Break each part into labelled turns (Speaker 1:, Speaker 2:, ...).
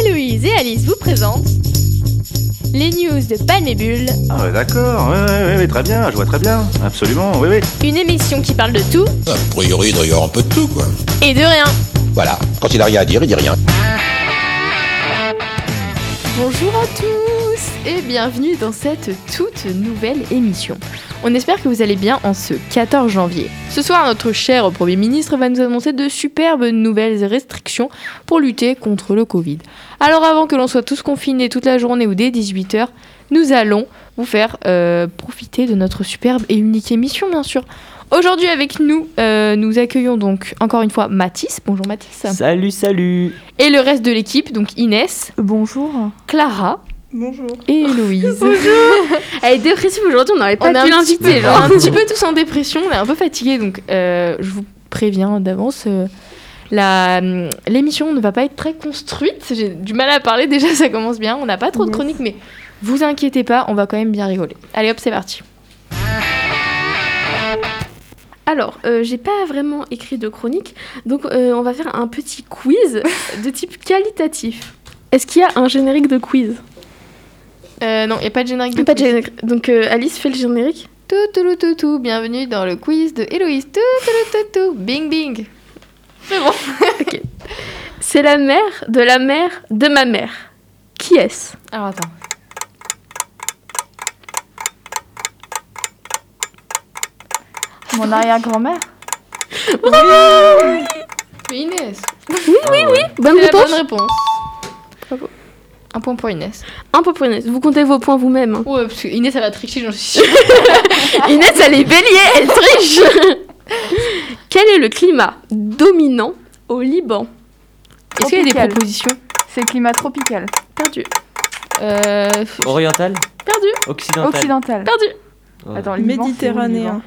Speaker 1: Héloïse et Alice vous présentent les news de Palme et Bulle,
Speaker 2: Ah ouais, d'accord, ouais, ouais, ouais, ouais, très bien, je vois très bien, absolument, oui, oui.
Speaker 1: une émission qui parle de tout
Speaker 3: A priori, il doit y avoir un peu de tout, quoi.
Speaker 1: et de rien.
Speaker 3: Voilà. Quand il a rien à dire, il dit rien.
Speaker 1: Bonjour à tous et bienvenue dans cette toute nouvelle émission. On espère que vous allez bien en ce 14 janvier. Ce soir, notre cher Premier ministre va nous annoncer de superbes nouvelles restrictions pour lutter contre le Covid. Alors avant que l'on soit tous confinés toute la journée ou dès 18h, nous allons vous faire euh, profiter de notre superbe et unique émission, bien sûr. Aujourd'hui avec nous, euh, nous accueillons donc encore une fois Mathis. Bonjour Mathis.
Speaker 4: Salut, salut
Speaker 1: Et le reste de l'équipe, donc Inès,
Speaker 5: Bonjour.
Speaker 1: Clara,
Speaker 5: Bonjour.
Speaker 1: et Héloïse.
Speaker 6: Elle est dépressive aujourd'hui, on n'aurait
Speaker 1: on
Speaker 6: pas
Speaker 1: est un
Speaker 6: pu
Speaker 1: petit peu,
Speaker 6: l'inviter, genre.
Speaker 1: un petit peu tous en dépression, on est un peu fatigués, donc euh, je vous préviens d'avance. euh, la, hum, l'émission ne va pas être très construite. J'ai du mal à parler déjà, ça commence bien. On n'a pas trop de
Speaker 5: Yes.
Speaker 1: chroniques, mais vous inquiétez pas, on va quand même bien rigoler. Allez hop, c'est parti.
Speaker 6: Alors, euh, j'ai pas vraiment écrit de chronique, donc euh, on va faire un petit quiz de type qualitatif. Est-ce qu'il y a un générique de quiz
Speaker 1: Euh, non, il n'y a pas de générique. de
Speaker 6: Pas de
Speaker 1: quiz.
Speaker 6: générique. Donc euh, Alice fait le générique.
Speaker 1: Tout, tout, tout, tout, tout. Bienvenue dans le quiz de Héloïse. Tout, tout, tout, tout, tout. Bing, bing. C'est bon.
Speaker 6: C'est la mère de la mère de ma mère. Qui est-ce
Speaker 1: Alors attends.
Speaker 5: Mon arrière-grand-mère
Speaker 1: Mais Inès.
Speaker 2: Oui, oui,
Speaker 6: Bonne
Speaker 1: C'est la
Speaker 6: réponse
Speaker 1: bonne réponse.
Speaker 6: Bravo.
Speaker 1: Un point pour Inès.
Speaker 6: Un point pour Inès. Vous comptez vos points vous-même. hein.
Speaker 1: Ouais, parce que Inès, elle va tricher, j'en suis sûre.
Speaker 6: Inès, elle est bélier, elle triche Quel est le climat dominant au Liban
Speaker 1: Est-ce qu'il y a des
Speaker 5: Tropical.
Speaker 1: propositions
Speaker 5: C'est climat tropical,
Speaker 6: Perdu.
Speaker 1: euh,
Speaker 4: Oriental
Speaker 6: Perdu.
Speaker 4: Occidental
Speaker 5: occidental.
Speaker 6: Perdu.
Speaker 4: Ouais.
Speaker 5: Attends, Liban, c'est où, Liban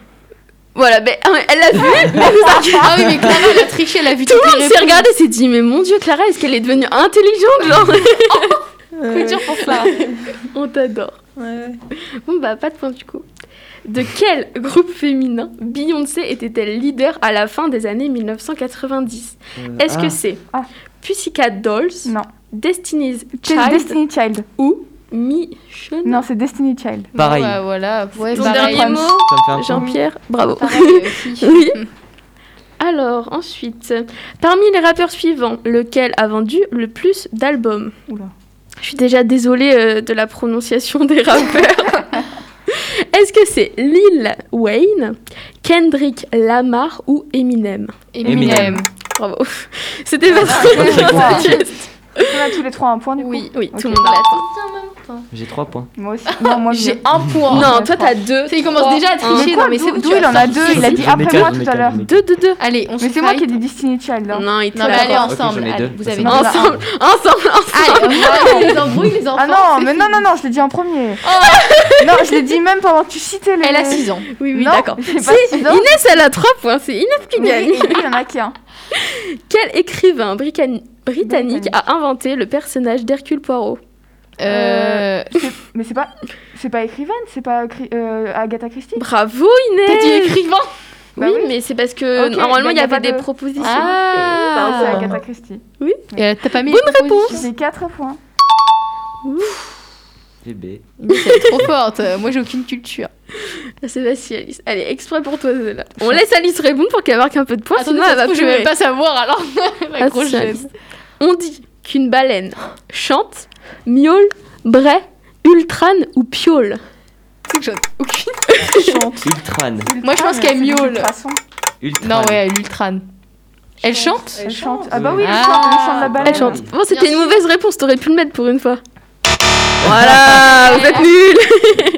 Speaker 6: Voilà, ben, hein, elle l'a vu,
Speaker 1: Ah oui, mais Clara, elle a triché, elle a vu
Speaker 6: tout
Speaker 1: toutes
Speaker 6: le
Speaker 1: les
Speaker 6: monde s'est
Speaker 1: réponses.
Speaker 6: regardé et s'est dit Mais mon dieu, Clara, est-ce qu'elle est devenue intelligente Genre,
Speaker 1: Coup dur pour Clara.
Speaker 6: on t'adore. Bon, bah, pas de point du coup. De quel groupe féminin Beyoncé était-elle leader à la fin des années 1990
Speaker 4: Euh,
Speaker 6: Est-ce
Speaker 4: ah,
Speaker 6: que c'est
Speaker 5: Ah.
Speaker 6: Pussycat Dolls,
Speaker 5: Non.
Speaker 6: Destiny's
Speaker 5: C'est
Speaker 6: Child
Speaker 5: Destiny Child.
Speaker 6: ou Mission
Speaker 5: Non, c'est Destiny Child.
Speaker 4: Pareil.
Speaker 1: Bon, bah, voilà. Ouais,
Speaker 6: Ton
Speaker 1: pareil.
Speaker 6: dernier mot
Speaker 4: Ça me fait
Speaker 5: Ah.
Speaker 4: un point.
Speaker 6: Jean-Pierre, bravo.
Speaker 1: Pareil aussi.
Speaker 6: Oui. Alors, ensuite, parmi les rappeurs suivants, lequel a vendu le plus d'albums
Speaker 5: Oula.
Speaker 6: Je suis déjà désolée euh, de la prononciation des rappeurs. Est-ce que c'est Lil Wayne, Kendrick Lamar ou Eminem
Speaker 4: Eminem.
Speaker 1: Eminem.
Speaker 6: Bravo. C'était
Speaker 1: Ah,
Speaker 6: votre
Speaker 4: Pas très
Speaker 5: Wow.
Speaker 4: con.
Speaker 5: On a tous les trois un point du coup
Speaker 6: Oui, oui,
Speaker 5: Ok.
Speaker 6: tout le monde l'a.
Speaker 4: J'ai 3 points.
Speaker 5: Moi aussi. Non, moi
Speaker 1: J'ai
Speaker 5: mieux.
Speaker 1: un point.
Speaker 6: Non, toi t'as deux.
Speaker 1: Tu sais, il commence déjà à tricher.
Speaker 5: Mais quoi,
Speaker 1: non, mais c'est
Speaker 5: d'où-
Speaker 1: bon,
Speaker 5: d'où
Speaker 1: tu
Speaker 5: il
Speaker 1: vas
Speaker 5: en a
Speaker 1: sortir.
Speaker 5: deux Il a dit
Speaker 4: J'en ai
Speaker 5: après
Speaker 4: deux, j'en
Speaker 5: moi
Speaker 4: ai
Speaker 5: tout
Speaker 4: quatre,
Speaker 5: à l'heure.
Speaker 4: j'en ai
Speaker 6: Deux, deux, deux.
Speaker 1: Allez, on se
Speaker 5: Mais c'est moi qui ai
Speaker 1: fight.
Speaker 5: dit Destiny Child. hein.
Speaker 6: Non, il te
Speaker 1: Non, mais
Speaker 6: l'a
Speaker 1: allez,
Speaker 6: pas.
Speaker 4: Ok,
Speaker 1: ensemble.
Speaker 4: j'en ai
Speaker 1: allez,
Speaker 4: deux.
Speaker 1: vous
Speaker 4: Ça
Speaker 1: avez
Speaker 4: va.
Speaker 1: dit ça.
Speaker 6: Ensemble, ensemble,
Speaker 1: Allez, on y va, les embrouilles, les enfants.
Speaker 5: Ah non, mais non, non, non, je l'ai dit en premier. non, je l'ai dit même pendant que tu citais les.
Speaker 1: Elle a 6 ans.
Speaker 6: Oui, oui,
Speaker 5: Non,
Speaker 6: d'accord.
Speaker 5: j'ai pas
Speaker 6: Si,
Speaker 5: six ans.
Speaker 6: Inès, elle a 3 points. C'est Inès qui
Speaker 5: Hein Oui,
Speaker 6: gagne.
Speaker 5: oui, Il y en a qu'un.
Speaker 6: Quel écrivain bricani- britannique
Speaker 5: Britannique.
Speaker 6: a inventé le personnage d'Hercule Poirot
Speaker 1: Euh.
Speaker 5: Mais c'est pas, c'est pas écrivaine, c'est pas cri- euh, Agatha Christie.
Speaker 6: Bravo
Speaker 1: T'as
Speaker 6: Inès
Speaker 1: dit écrivain
Speaker 5: Bah
Speaker 6: oui,
Speaker 5: oui.
Speaker 6: mais c'est parce que
Speaker 5: Ok,
Speaker 6: normalement
Speaker 5: mais
Speaker 6: il
Speaker 5: y
Speaker 6: y
Speaker 5: a
Speaker 6: avait
Speaker 5: pas
Speaker 6: des
Speaker 5: de-
Speaker 6: propositions.
Speaker 5: Non, c'est
Speaker 1: Ah
Speaker 5: Agatha Christie.
Speaker 1: Et elle- T'as pas mis
Speaker 6: Bonne
Speaker 1: réponse
Speaker 5: J'ai quatre points.
Speaker 4: GB.
Speaker 1: C'est trop forte. Moi, j'ai aucune culture.
Speaker 6: Ah, C'est facile Alice. Allez, exprès pour toi Zéla. On laisse Alice répondre pour qu'elle marque un peu de points,
Speaker 1: Attendez,
Speaker 6: sinon
Speaker 1: ça
Speaker 6: Ah,
Speaker 1: se trouve,
Speaker 6: elle va
Speaker 1: je vais
Speaker 6: pleurer.
Speaker 1: même pas savoir alors. la
Speaker 6: Ah,
Speaker 1: grosse
Speaker 6: c'est
Speaker 1: gêne.
Speaker 6: Alice. On dit qu'une baleine chante, miaule, braie, ultrane ou piaule.
Speaker 1: Tu sais que j'en ai aucune.
Speaker 5: Chante.
Speaker 4: Ultran.
Speaker 1: Moi, je pense qu'elle miaule.
Speaker 4: Ultran.
Speaker 1: Non, ouais, l'ultrane. Elle chante
Speaker 5: Elle chante. Ah bah oui, elle
Speaker 1: Ah.
Speaker 5: chante, elle chante la baleine.
Speaker 6: Elle chante. Bon, c'était
Speaker 1: Bien
Speaker 6: une
Speaker 1: sûr.
Speaker 6: mauvaise réponse, t'aurais pu le mettre pour une fois. Voilà, vous êtes nuls.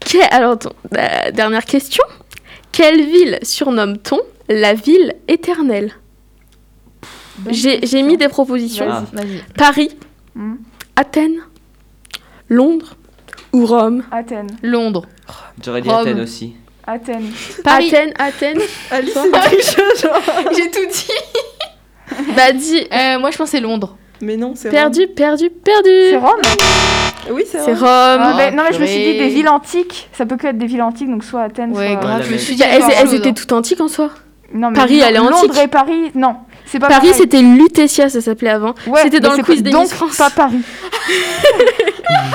Speaker 6: Que- Alors, attends, euh, dernière question. Quelle ville surnomme-t-on la ville éternelle J'ai j'ai mis des propositions.
Speaker 4: Ah.
Speaker 1: Vas-y.
Speaker 6: Paris,
Speaker 5: Hmm.
Speaker 6: Athènes, Londres ou Rome
Speaker 5: Athènes,
Speaker 1: Londres.
Speaker 4: J'aurais dit
Speaker 1: Rome.
Speaker 4: Athènes aussi.
Speaker 5: Athènes.
Speaker 6: Ah,
Speaker 1: Paris.
Speaker 6: Athènes, Athènes.
Speaker 5: Alice,
Speaker 6: c'est
Speaker 1: J'ai tout dit.
Speaker 6: Bah dis,
Speaker 1: Euh, moi, je pense que c'est Londres.
Speaker 7: Mais non, c'est
Speaker 6: perdu, perdu,
Speaker 5: C'est
Speaker 6: perdu.
Speaker 5: Rome
Speaker 1: euh,
Speaker 7: Rome. Oui, c'est
Speaker 6: C'est
Speaker 7: Rome.
Speaker 6: Rome.
Speaker 5: Ah, bah, Non mais je me
Speaker 1: purée.
Speaker 5: suis dit des villes antiques. Ça peut que être des villes antiques, donc soit Athènes,
Speaker 1: Ouais,
Speaker 5: soit...
Speaker 1: grave.
Speaker 4: la
Speaker 1: Je me
Speaker 4: même.
Speaker 1: suis dit.
Speaker 6: Elles,
Speaker 1: la même
Speaker 6: elles
Speaker 1: chose,
Speaker 6: étaient
Speaker 1: hein.
Speaker 6: toutes antiques en soi.
Speaker 5: Non, mais
Speaker 6: Paris, elle est
Speaker 5: Londres
Speaker 6: antique.
Speaker 5: et Paris, non. C'est pas
Speaker 6: Paris,
Speaker 5: pareil.
Speaker 6: c'était Lutetia, ça s'appelait avant.
Speaker 5: Ouais,
Speaker 6: c'était dans
Speaker 5: mais
Speaker 6: le
Speaker 5: c'est
Speaker 6: quiz des
Speaker 5: donc
Speaker 6: Miss France.
Speaker 5: pas Paris.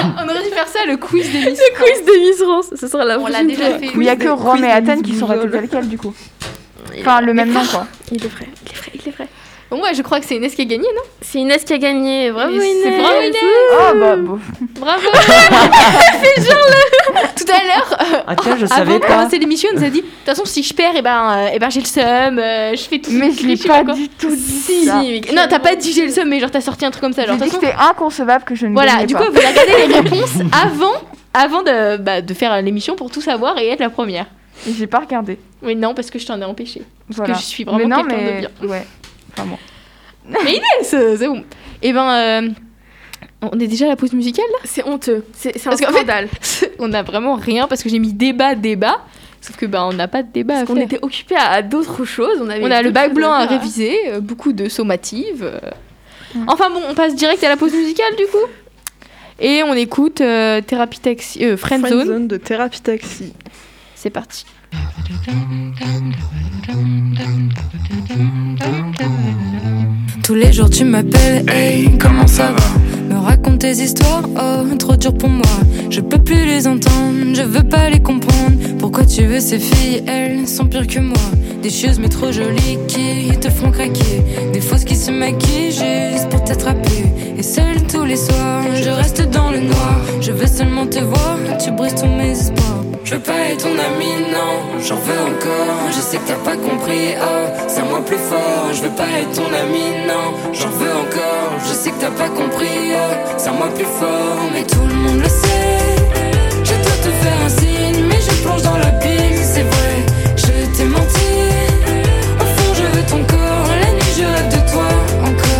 Speaker 1: On aurait dû faire ça, le quiz des Miss
Speaker 6: Le quiz des Miss France, ce sera la
Speaker 1: On l'a
Speaker 6: prochaine
Speaker 1: déjà
Speaker 6: fois.
Speaker 1: fait.
Speaker 5: Où il y a
Speaker 1: Quiz des-
Speaker 5: que Rome
Speaker 6: quiz
Speaker 5: et
Speaker 6: des
Speaker 5: Athènes
Speaker 6: Miss
Speaker 5: qui sont restées
Speaker 6: Boulogne.
Speaker 5: telles quelles, du coup.
Speaker 6: Il est
Speaker 5: Enfin,
Speaker 6: vrai,
Speaker 5: le même
Speaker 6: il est
Speaker 5: nom,
Speaker 6: vrai,
Speaker 5: quoi.
Speaker 6: Il est vrai, il est vrai, il est vrai.
Speaker 1: Bon, ouais, je crois que c'est Inès qui a gagné, non
Speaker 6: C'est Inès qui a gagné. Bravo
Speaker 1: Mais
Speaker 6: Inès.
Speaker 1: c'est bravo, Inès.
Speaker 5: Oh, bah, bon.
Speaker 1: Bravo Tout à l'heure, euh,
Speaker 4: Ah tiens, je
Speaker 1: avant
Speaker 4: savais
Speaker 1: de
Speaker 4: pas.
Speaker 1: commencer l'émission, on nous a dit de toute façon, si je perds, eh ben, euh, eh ben, j'ai le seum, euh, je fais tout.
Speaker 5: Mais je l'ai
Speaker 1: sais
Speaker 5: pas
Speaker 1: quoi.
Speaker 5: du tout dit.
Speaker 6: Si,
Speaker 5: ça.
Speaker 6: mais
Speaker 1: Non, t'as pas dit j'ai le seum, mais genre t'as sorti un truc comme ça.
Speaker 5: J'ai
Speaker 1: Genre, de
Speaker 5: dit
Speaker 1: toute
Speaker 5: que
Speaker 1: façon,
Speaker 5: c'était inconcevable que je ne
Speaker 1: voilà,
Speaker 5: gagnais
Speaker 1: du coup,
Speaker 5: pas.
Speaker 1: vous regardez les réponses avant, avant de, bah, de faire l'émission pour tout savoir et être la première.
Speaker 5: Et J'ai pas regardé.
Speaker 1: Mais non, parce que je t'en ai empêché.
Speaker 5: Voilà.
Speaker 1: Que je suis vraiment
Speaker 5: mais non,
Speaker 1: quelqu'un
Speaker 5: mais...
Speaker 1: de bien.
Speaker 5: Ouais. Enfin bon.
Speaker 1: C'est c'est bon. Et ben, euh, on est déjà à la pause musicale là
Speaker 6: C'est honteux. C'est c'est un
Speaker 1: Parce qu'en fait-
Speaker 6: scandale.
Speaker 1: On a vraiment rien parce que j'ai mis débat, débat. Sauf que bah, on n'a pas de débat à
Speaker 6: Parce qu'on
Speaker 1: faire.
Speaker 6: était occupés à, à d'autres choses. On, avait
Speaker 1: On a le
Speaker 6: d'autres
Speaker 1: bac
Speaker 6: choses
Speaker 1: blanc à
Speaker 6: faire.
Speaker 1: réviser, euh, beaucoup de sommatives. euh.
Speaker 5: Mm.
Speaker 1: Enfin bon, on passe direct à la pause musicale du coup. Et on écoute euh, Therapy Taxi, euh, Friend
Speaker 7: Friendzone
Speaker 1: Zone.
Speaker 7: de Thérapie Taxi.
Speaker 1: C'est parti.
Speaker 8: Tous les jours tu m'appelles, hey, comment ça va Me raconte tes histoires, oh, trop dur pour moi. Je peux plus les entendre, je veux pas les comprendre. Pourquoi tu veux ces filles, elles sont pires que moi. Des choses mais trop jolies qui te font craquer. Des fausses qui se maquillent juste pour t'attraper. Et seul tous les soirs, je reste dans le noir. Je veux seulement te voir, tu brises tous mes espoirs. Je veux pas être ton ami, non, j'en veux encore. Je sais que t'as pas compris, oh, c'est moi plus fort. Je veux pas être ton ami, non, j'en veux encore. Je sais que t'as pas compris, oh, c'est moi plus fort. Mais tout le monde le sait, je dois te faire un signe, mais je plonge dans la pile, c'est vrai, je t'ai menti. Au fond, je veux ton corps, la nuit, je rêve de toi encore.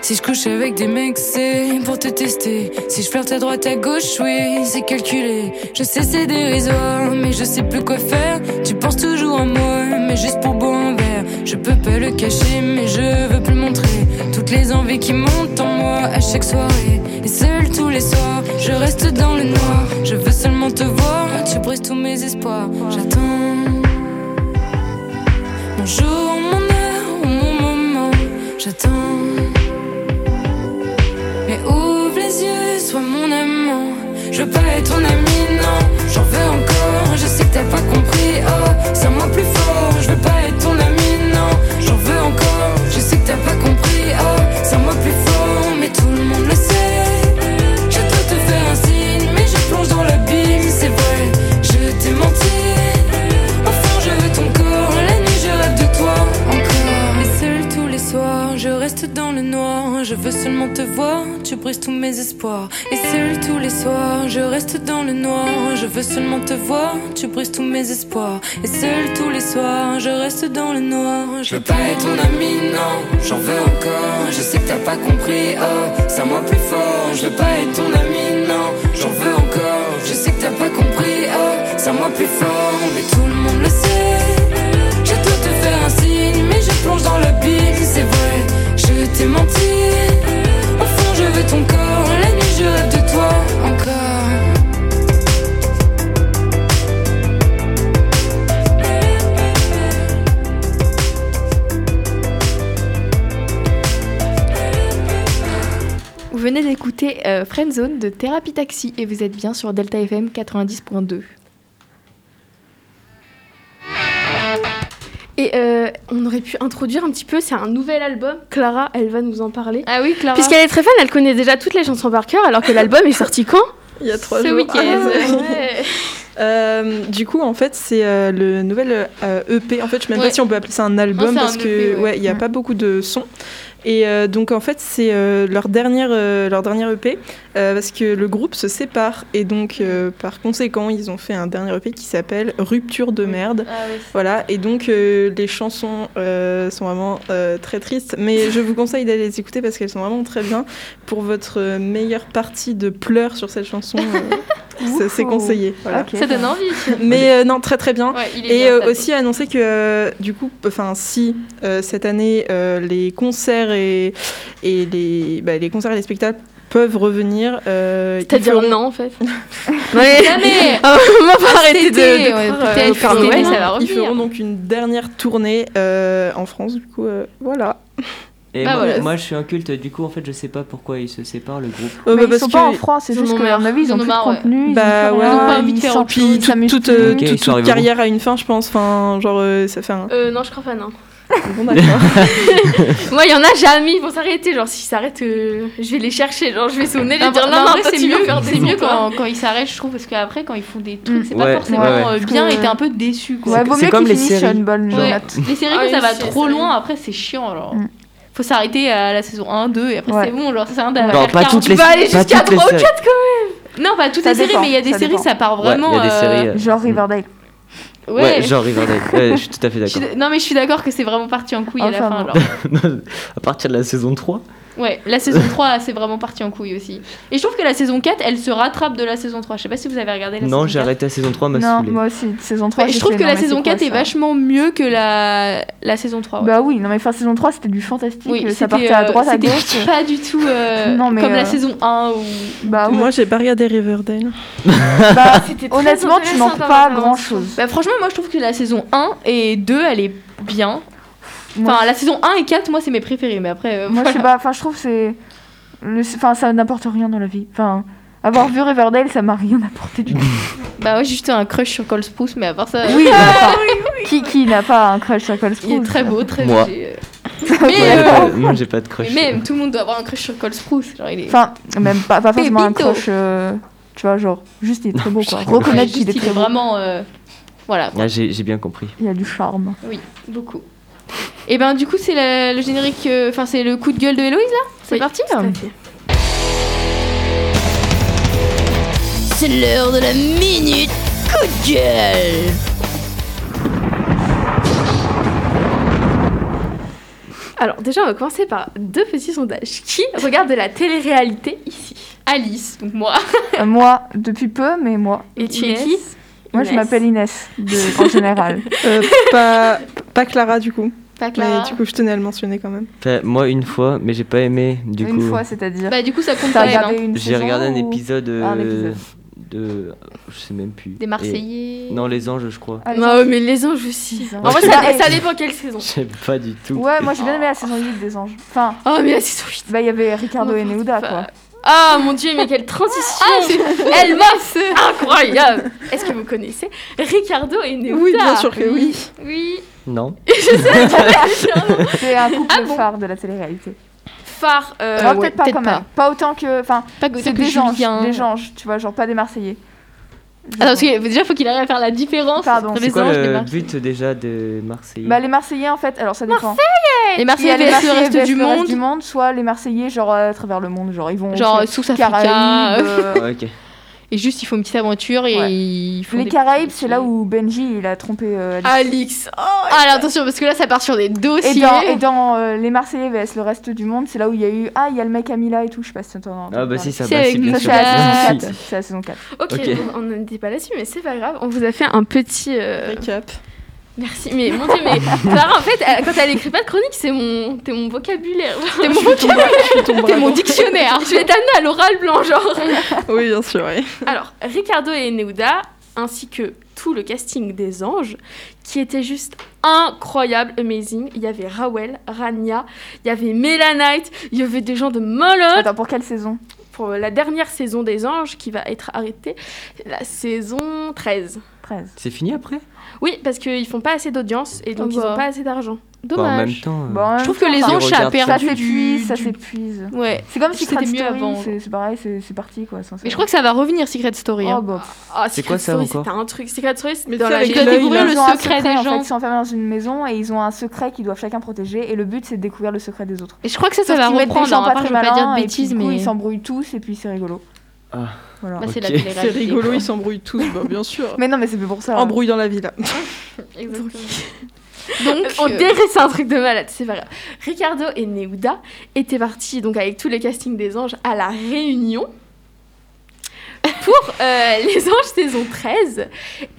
Speaker 8: Si je couche avec des mecs, c'est pour te tester. Si je flirte à droite, à gauche, oui, c'est calculé. Je sais, c'est dérisoire, mais je sais plus quoi faire. Tu penses toujours à moi, mais juste pour boire un verre. Je peux pas le cacher, mais je veux plus le montrer. Toutes les envies qui montent en moi à chaque soirée. Et seul tous les soirs, je reste dans le noir. Je veux seulement te voir, tu brises tous mes espoirs. J'attends mon jour, mon heure ou mon moment. J'attends. Mais ouvre les yeux, sois mon amant. Je veux pas être ton ami, non. J'en veux encore, je sais que t'as pas compris. Oh, c'est moi plus fort. Je veux pas être ton ami, non. J'en veux encore, je sais que t'as pas compris. Oh, c'est moi plus fort. Mais tout le monde le sait. Je dois te faire un signe, mais je plonge dans l'abîme. C'est vrai, je t'ai menti. Enfin, je veux ton corps. La nuit, je rêve de toi encore. Et seul tous les soirs, je reste dans le noir. Je veux seulement te voir, tu brises tous mes espoirs. Et seul tous les soirs, je reste dans le noir. Je veux seulement te voir, tu brises tous mes espoirs. Et seul tous les soirs, je reste dans le noir. Je veux pas être ton ami, non, j'en veux encore. Je sais que t'as pas compris, oh, c'est à moi plus fort. Je veux pas être ton ami, non, j'en veux encore. Je sais que t'as pas compris, oh, c'est à moi plus fort. Mais tout le monde le sait. Je dois te faire un signe, mais je plonge dans l'abîme, c'est vrai, je t'ai menti. Au fond, je veux ton corps, la nuit, je rêve de toi encore.
Speaker 1: Vous venez d'écouter euh, Friend Zone de Thérapie Taxi et vous êtes bien sur Delta FM 90.2.
Speaker 6: Et euh, on aurait pu introduire un petit peu, c'est un nouvel album. Clara, elle va nous en parler.
Speaker 1: Ah oui, Clara.
Speaker 6: Puisqu'elle est très fan, elle connaît déjà toutes les chansons par cœur, alors que l'album est sorti quand
Speaker 7: Il y a trois
Speaker 1: ce
Speaker 7: jours.
Speaker 1: week-end.
Speaker 7: Ah. Euh, du coup, en fait, c'est euh, le nouvel euh, EP. En fait, je sais même
Speaker 1: Ouais.
Speaker 7: pas si on peut appeler ça un
Speaker 1: Non,
Speaker 7: album
Speaker 1: c'est
Speaker 7: parce
Speaker 1: un
Speaker 7: que
Speaker 1: EP, ouais.
Speaker 7: ouais, il y a pas beaucoup de sons. Et euh, donc, en fait, c'est euh, leur dernière euh, leur dernière EP euh, parce que le groupe se sépare et donc euh, par conséquent, ils ont fait un dernier EP qui s'appelle Rupture de merde.
Speaker 1: Ah
Speaker 7: Voilà, et donc euh, les chansons euh, sont vraiment euh, très tristes, mais je vous conseille d'aller les écouter parce qu'elles sont vraiment très bien. Pour votre euh, meilleure partie de pleurs sur cette chanson, euh, c'est- c'est conseillé. voilà.
Speaker 5: Ok.
Speaker 1: Ça donne envie.
Speaker 7: Mais euh, non, très très bien.
Speaker 1: Ouais, il est
Speaker 7: Et
Speaker 1: bien,
Speaker 7: euh,
Speaker 1: ça.
Speaker 7: aussi annoncer que euh, du coup, enfin si euh, cette année euh, les concerts et, et les, bah, les concerts et les spectacles peuvent revenir. euh, ils
Speaker 6: C'est-à-dire
Speaker 7: feront-
Speaker 6: non, en fait. ouais.
Speaker 1: Jamais
Speaker 6: Ah, on va pas arrêter de,
Speaker 1: C'était,
Speaker 6: de
Speaker 1: ouais,
Speaker 6: croire,
Speaker 1: peut-être
Speaker 6: euh, au Père
Speaker 1: c'était
Speaker 6: Noël,
Speaker 1: non.
Speaker 6: ça va
Speaker 7: Ils
Speaker 6: revenir.
Speaker 7: feront donc une dernière tournée euh, en France, du coup, euh, voilà.
Speaker 4: Et
Speaker 1: Bah
Speaker 4: moi,
Speaker 1: voilà.
Speaker 4: moi, je suis un culte, du coup, en fait je sais pas pourquoi ils se séparent le groupe.
Speaker 7: Euh,
Speaker 5: Mais
Speaker 7: bah,
Speaker 5: ils sont pas en France, c'est
Speaker 1: ils en
Speaker 5: juste
Speaker 1: ont
Speaker 5: que, à
Speaker 1: marre.
Speaker 5: mon avis,
Speaker 1: Ils
Speaker 5: ils
Speaker 1: en
Speaker 5: ont
Speaker 1: ont
Speaker 5: plus de
Speaker 1: marre, ouais.
Speaker 5: contenu.
Speaker 7: Bah, ouais. Ils ont pas
Speaker 1: envie de faire autre
Speaker 7: Puis tout- toute, euh,
Speaker 4: Ok,
Speaker 7: toute-
Speaker 4: ils sont
Speaker 7: toute
Speaker 4: arrivés au
Speaker 7: carrière a une fin, je pense. Enfin, genre, euh, ça fait un.
Speaker 6: Euh, non, je crois pas, non.
Speaker 7: Bon, d'accord.
Speaker 6: Moi, il y en a jamais, ils vont s'arrêter. Genre, s'ils s'arrêtent, euh, je vais les chercher. Genre, je vais sonner, je vais
Speaker 1: Non, bah,
Speaker 6: dire
Speaker 1: non,
Speaker 6: non,
Speaker 1: en
Speaker 6: non,
Speaker 1: vrai,
Speaker 6: toi,
Speaker 1: c'est
Speaker 6: tu veux
Speaker 1: mieux,
Speaker 6: faire des
Speaker 1: c'est mieux
Speaker 6: enfants.
Speaker 1: quand, quand ils s'arrêtent, je trouve, parce qu'après, quand ils font des trucs,
Speaker 5: Mm.
Speaker 1: c'est
Speaker 4: Ouais,
Speaker 1: pas forcément
Speaker 4: ouais, ouais.
Speaker 1: euh, bien
Speaker 5: Parce
Speaker 1: et
Speaker 5: que-
Speaker 1: t'es un peu déçu, quoi.
Speaker 5: Ouais, vaut
Speaker 4: c'est
Speaker 5: mieux
Speaker 4: comme
Speaker 5: qu'ils
Speaker 4: les
Speaker 5: finissent sur
Speaker 4: séries.
Speaker 5: une bonne
Speaker 1: Ouais.
Speaker 5: note.
Speaker 1: Les séries,
Speaker 6: Ah,
Speaker 1: que ça
Speaker 6: oui,
Speaker 1: va
Speaker 6: c'est
Speaker 1: trop
Speaker 6: ça.
Speaker 1: loin, après c'est chiant. Alors.
Speaker 5: Mm.
Speaker 1: Faut s'arrêter à la saison 1, 2, et après
Speaker 5: Ouais.
Speaker 1: c'est bon, genre ça sert à rien
Speaker 4: Non,
Speaker 1: d'avoir
Speaker 4: pas
Speaker 1: 40.
Speaker 4: toutes
Speaker 1: Tu
Speaker 4: les-
Speaker 1: vas aller
Speaker 4: pas
Speaker 1: jusqu'à
Speaker 4: toutes les
Speaker 1: 3 ou 4
Speaker 4: séries.
Speaker 1: quand même Non, pas toutes
Speaker 5: Ça
Speaker 1: les séries,
Speaker 5: dépend,
Speaker 1: mais il y a des
Speaker 5: ça
Speaker 1: séries,
Speaker 5: dépend.
Speaker 1: ça part
Speaker 4: Ouais,
Speaker 1: vraiment.
Speaker 4: il y a des
Speaker 1: euh,
Speaker 4: séries. euh,
Speaker 5: Genre Riverdale.
Speaker 1: Ouais,
Speaker 4: Ouais, genre Riverdale. Ouais, je suis tout à fait
Speaker 1: Je suis
Speaker 4: d'accord.
Speaker 1: d- Non, mais je suis d'accord que c'est vraiment parti en couille à la
Speaker 5: Enfin,
Speaker 1: fin.
Speaker 5: bon.
Speaker 1: genre.
Speaker 4: à partir de la saison 3.
Speaker 1: Ouais, la saison 3, c'est vraiment parti en couille aussi. Et je trouve que la saison 4, elle se rattrape de la saison 3. Je sais pas si vous avez regardé la
Speaker 4: Non,
Speaker 1: saison
Speaker 4: j'ai
Speaker 1: 4.
Speaker 4: arrêté la saison 3, m'a
Speaker 5: Non,
Speaker 4: saoulé.
Speaker 5: moi aussi, saison 3.
Speaker 1: Ouais, je trouve que la saison 4 est vachement mieux que la, la saison 3. ouais.
Speaker 5: Bah oui, non mais fin saison 3 c'était du fantastique,
Speaker 1: oui,
Speaker 5: ça
Speaker 1: c'était,
Speaker 5: partait à
Speaker 1: euh,
Speaker 5: droite, à
Speaker 1: c'était
Speaker 5: gauche.
Speaker 1: pas du tout euh,
Speaker 5: Non, mais,
Speaker 1: comme la
Speaker 5: euh,
Speaker 1: saison 1 ou
Speaker 5: Bah ouais.
Speaker 7: Ah, Moi, j'ai pas regardé Riverdale.
Speaker 5: Bah,
Speaker 6: C'était très
Speaker 5: honnêtement, tu
Speaker 6: intéressant
Speaker 5: manques
Speaker 6: comme
Speaker 5: pas
Speaker 6: intervention.
Speaker 5: grand chose.
Speaker 1: Bah franchement, moi je trouve que la saison 1 et 2, elle est bien. Enfin, la saison 1 et 4, moi c'est mes préférés, mais après. euh,
Speaker 5: Moi, je
Speaker 1: voilà.
Speaker 5: sais pas, enfin, je trouve que c'est. le- Enfin, ça n'apporte rien dans la vie. Enfin, avoir vu Riverdale, ça m'a rien apporté du tout.
Speaker 1: Bah ouais, j'ai juste un crush sur Cole Spruce, mais à part ça,
Speaker 5: Oui, bah, enfin, qui, qui n'a pas un crush sur
Speaker 1: il
Speaker 5: Cole
Speaker 1: est
Speaker 5: Sprouse
Speaker 1: très beau, très
Speaker 4: Moi.
Speaker 1: léger, euh.
Speaker 4: Moi,
Speaker 1: Mais,
Speaker 4: j'ai
Speaker 1: euh,
Speaker 4: pas- Moi, j'ai pas de crush.
Speaker 1: mais même, tout le monde doit avoir un crush sur Cole Spruce. Genre, il est.
Speaker 5: Enfin, même pas, pas forcément un
Speaker 1: Pépito.
Speaker 5: crush. euh, tu vois, genre, juste il est très beau quoi.
Speaker 4: rigole.
Speaker 1: Ouais,
Speaker 5: Reconnaître
Speaker 1: juste,
Speaker 5: qu'il est
Speaker 1: il
Speaker 5: très beau.
Speaker 1: vraiment. euh, Voilà,
Speaker 4: Ah, j'ai j'ai bien compris.
Speaker 5: Il a du charme.
Speaker 1: beaucoup. Et ben du coup, c'est la- le générique. euh, Enfin, c'est le coup de gueule de Héloïse là C'est
Speaker 6: Oui,
Speaker 1: parti
Speaker 9: C'est l'heure de la minute coup de gueule.
Speaker 6: Alors, déjà, on va commencer par deux petits sondages. Qui regarde de la télé-réalité ici
Speaker 1: Alice, donc moi.
Speaker 5: Euh, moi, depuis peu, mais moi.
Speaker 6: Et tu es qui
Speaker 5: Moi, je
Speaker 6: Inès.
Speaker 5: m'appelle Inès, de- en général.
Speaker 7: Euh, pas, pas Clara, du coup.
Speaker 1: Pas
Speaker 7: Mais
Speaker 1: Clara.
Speaker 7: du coup, je tenais à le mentionner quand même.
Speaker 4: Enfin, moi, une fois, mais j'ai pas aimé. Du
Speaker 5: Une
Speaker 4: coup,
Speaker 5: fois, c'est-à-dire.
Speaker 1: Bah du coup, ça compte
Speaker 5: T'as
Speaker 1: pas elle. hein.
Speaker 5: regardé une
Speaker 4: j'ai regardé un
Speaker 5: saison ou- Ah,
Speaker 4: épisode, euh,
Speaker 5: un épisode.
Speaker 4: de. Je sais même plus.
Speaker 1: Des Marseillais.
Speaker 4: Et- Non, les anges, je crois.
Speaker 5: Ah, les
Speaker 6: Non, mais les anges aussi.
Speaker 5: anges.
Speaker 6: bah En vrai,
Speaker 5: Ouais,
Speaker 1: Ah,
Speaker 6: ça,
Speaker 5: pareil.
Speaker 6: ça dépend quelle saison.
Speaker 1: Oh.
Speaker 4: Je sais pas du tout.
Speaker 5: Ouais, moi j'ai bien aimé la saison 8 des anges. Enfin,
Speaker 6: Oh, mais la saison 8.
Speaker 5: bah il y avait Ricardo et Neuda quoi.
Speaker 6: Ah mon dieu, mais quelle transition Ah, Elle m'a incroyable Est-ce que vous connaissez Ricardo et Neuda
Speaker 7: Oui, bien sûr que oui.
Speaker 6: Oui,
Speaker 4: Non.
Speaker 5: C'est un couple
Speaker 6: Ah bon
Speaker 5: phare de la télé-réalité.
Speaker 6: phare. euh,
Speaker 5: Enfin,
Speaker 1: ouais,
Speaker 5: peut-être pas
Speaker 1: peut-être
Speaker 5: quand même. Pas autant que. Enfin,
Speaker 1: Pas que
Speaker 5: c'est
Speaker 1: que
Speaker 5: des anges,
Speaker 1: Julien.
Speaker 5: des anges, tu vois, genre pas des Marseillais.
Speaker 1: Attends, parce que déjà, faut qu'il arrive à faire la différence
Speaker 5: Pardon.
Speaker 1: entre
Speaker 5: C'est
Speaker 1: les
Speaker 4: C'est quoi
Speaker 1: anges et les
Speaker 4: le
Speaker 1: Marseillais.
Speaker 4: but déjà de Marseillais
Speaker 5: Bah les Marseillais en fait, alors ça dépend.
Speaker 1: Les
Speaker 5: Il y a
Speaker 1: Marseillais
Speaker 5: les
Speaker 1: vs le reste
Speaker 5: Marseillais
Speaker 1: du
Speaker 5: vs le
Speaker 1: monde,
Speaker 5: du monde, soit les Marseillais genre euh, à travers le monde, genre ils vont
Speaker 1: genre
Speaker 5: sur
Speaker 1: sous
Speaker 5: les
Speaker 1: Africa.
Speaker 5: Caraïbes.
Speaker 1: euh,
Speaker 5: euh,
Speaker 4: Ah, Ok.
Speaker 1: Et juste, ils font une petite aventure et
Speaker 5: Ouais.
Speaker 1: ils font.
Speaker 5: les
Speaker 1: des-
Speaker 5: Caraïbes, c'est là où Benji il a trompé euh, Alice.
Speaker 6: Alix. Oh,
Speaker 1: Ah, alors attention, parce que là, ça part sur des dossiers.
Speaker 5: Et dans, et dans euh, les Marseillais vs le reste du monde, c'est là où il y a eu ah il y a le mec Amila et tout, je sais pas si t'entends.
Speaker 4: Ah, bah si, ça
Speaker 1: C'est
Speaker 4: va,
Speaker 1: avec
Speaker 4: si, bien
Speaker 5: Ça
Speaker 1: Monsieur
Speaker 4: sûr.
Speaker 5: c'est la
Speaker 1: Azad.
Speaker 5: saison 4. C'est la saison 4.
Speaker 6: ok,
Speaker 4: Ok.
Speaker 6: bon, on n'était pas là-dessus, mais c'est pas grave. On vous a fait un petit. euh,
Speaker 7: Récap.
Speaker 6: Merci, mais mon dieu, mais Clara, en fait, elle- quand elle écrit pas de chronique, c'est mon, t'es mon vocabulaire.
Speaker 1: T'es mon vocabulaire, t'es mon dictionnaire.
Speaker 6: Je vais t'amener à l'oral blanc, genre.
Speaker 7: Oui, bien sûr, oui.
Speaker 6: Alors, Ricardo et Neuda, ainsi que tout le casting des anges, qui était juste incroyable, amazing. Il y avait Rawel, Rania, il y avait Mela Knight, il y avait des gens de Moloch
Speaker 5: Attends, pour quelle saison
Speaker 6: pour la dernière saison des anges qui va être arrêtée, la saison 13.
Speaker 5: 13.
Speaker 4: C'est fini après
Speaker 6: Oui, parce qu'ils font pas assez d'audience et donc
Speaker 1: Oh
Speaker 6: ils
Speaker 1: bah.
Speaker 6: ont pas assez d'argent.
Speaker 4: Bah, En même
Speaker 1: Dommage.
Speaker 4: temps. euh,
Speaker 5: Bon,
Speaker 1: Je trouve que les
Speaker 4: Ils
Speaker 1: anges, ça a
Speaker 4: regardent ça.
Speaker 5: ça
Speaker 1: perdu du.
Speaker 5: s'épuise, ça
Speaker 1: du-
Speaker 5: s'épuise.
Speaker 1: Ouais.
Speaker 5: C'est comme si
Speaker 1: C'était
Speaker 5: Secret
Speaker 1: mieux
Speaker 5: Story,
Speaker 1: avant.
Speaker 5: c'est- c'est pareil, c'est c'est parti quoi. sincèrement.
Speaker 1: Mais je crois que ça va revenir, Secret Story. hein.
Speaker 5: Oh, bah, pff,
Speaker 6: Ah,
Speaker 4: C'est
Speaker 6: Secret
Speaker 4: quoi ça
Speaker 6: Story,
Speaker 4: encore
Speaker 6: C'était un truc. Secret Story,
Speaker 7: Mais
Speaker 6: c'était dans
Speaker 7: tu sais,
Speaker 6: la
Speaker 7: avec
Speaker 1: Tu
Speaker 7: Et
Speaker 1: dois
Speaker 7: là,
Speaker 1: découvrir
Speaker 7: il a-
Speaker 1: le
Speaker 5: Bah, ils ont un
Speaker 1: secret des
Speaker 5: en fait,
Speaker 1: gens.
Speaker 5: ils sont enfermés dans une maison et ils ont un secret qu'ils doivent chacun protéger et le but c'est de découvrir le secret des autres.
Speaker 1: Et je crois que ça, ça
Speaker 5: Sauf
Speaker 1: va
Speaker 5: qu'ils mettent des
Speaker 1: reprendre.
Speaker 5: gens
Speaker 1: hein. Après, je veux pas dire de
Speaker 5: malins, et puis,
Speaker 1: bêtises,
Speaker 5: du coup,
Speaker 1: mais.
Speaker 5: ils s'embrouillent tous et puis c'est rigolo.
Speaker 4: Ah.
Speaker 5: Voilà.
Speaker 1: Bah, c'est
Speaker 4: Ok.
Speaker 1: la
Speaker 7: C'est
Speaker 1: télé-réalité,
Speaker 7: rigolo,
Speaker 1: quoi.
Speaker 7: ils s'embrouillent tous, bah, bien sûr.
Speaker 5: Mais non, mais c'est fait pour ça. hein.
Speaker 7: Embrouille dans la ville.
Speaker 6: Exactement.
Speaker 1: Donc,
Speaker 6: on
Speaker 1: euh,
Speaker 6: dirait c'est un truc de malade, c'est pas grave. Ricardo et Neuda étaient partis donc avec tous les castings des anges à la Réunion pour euh, Les Anges saison 13.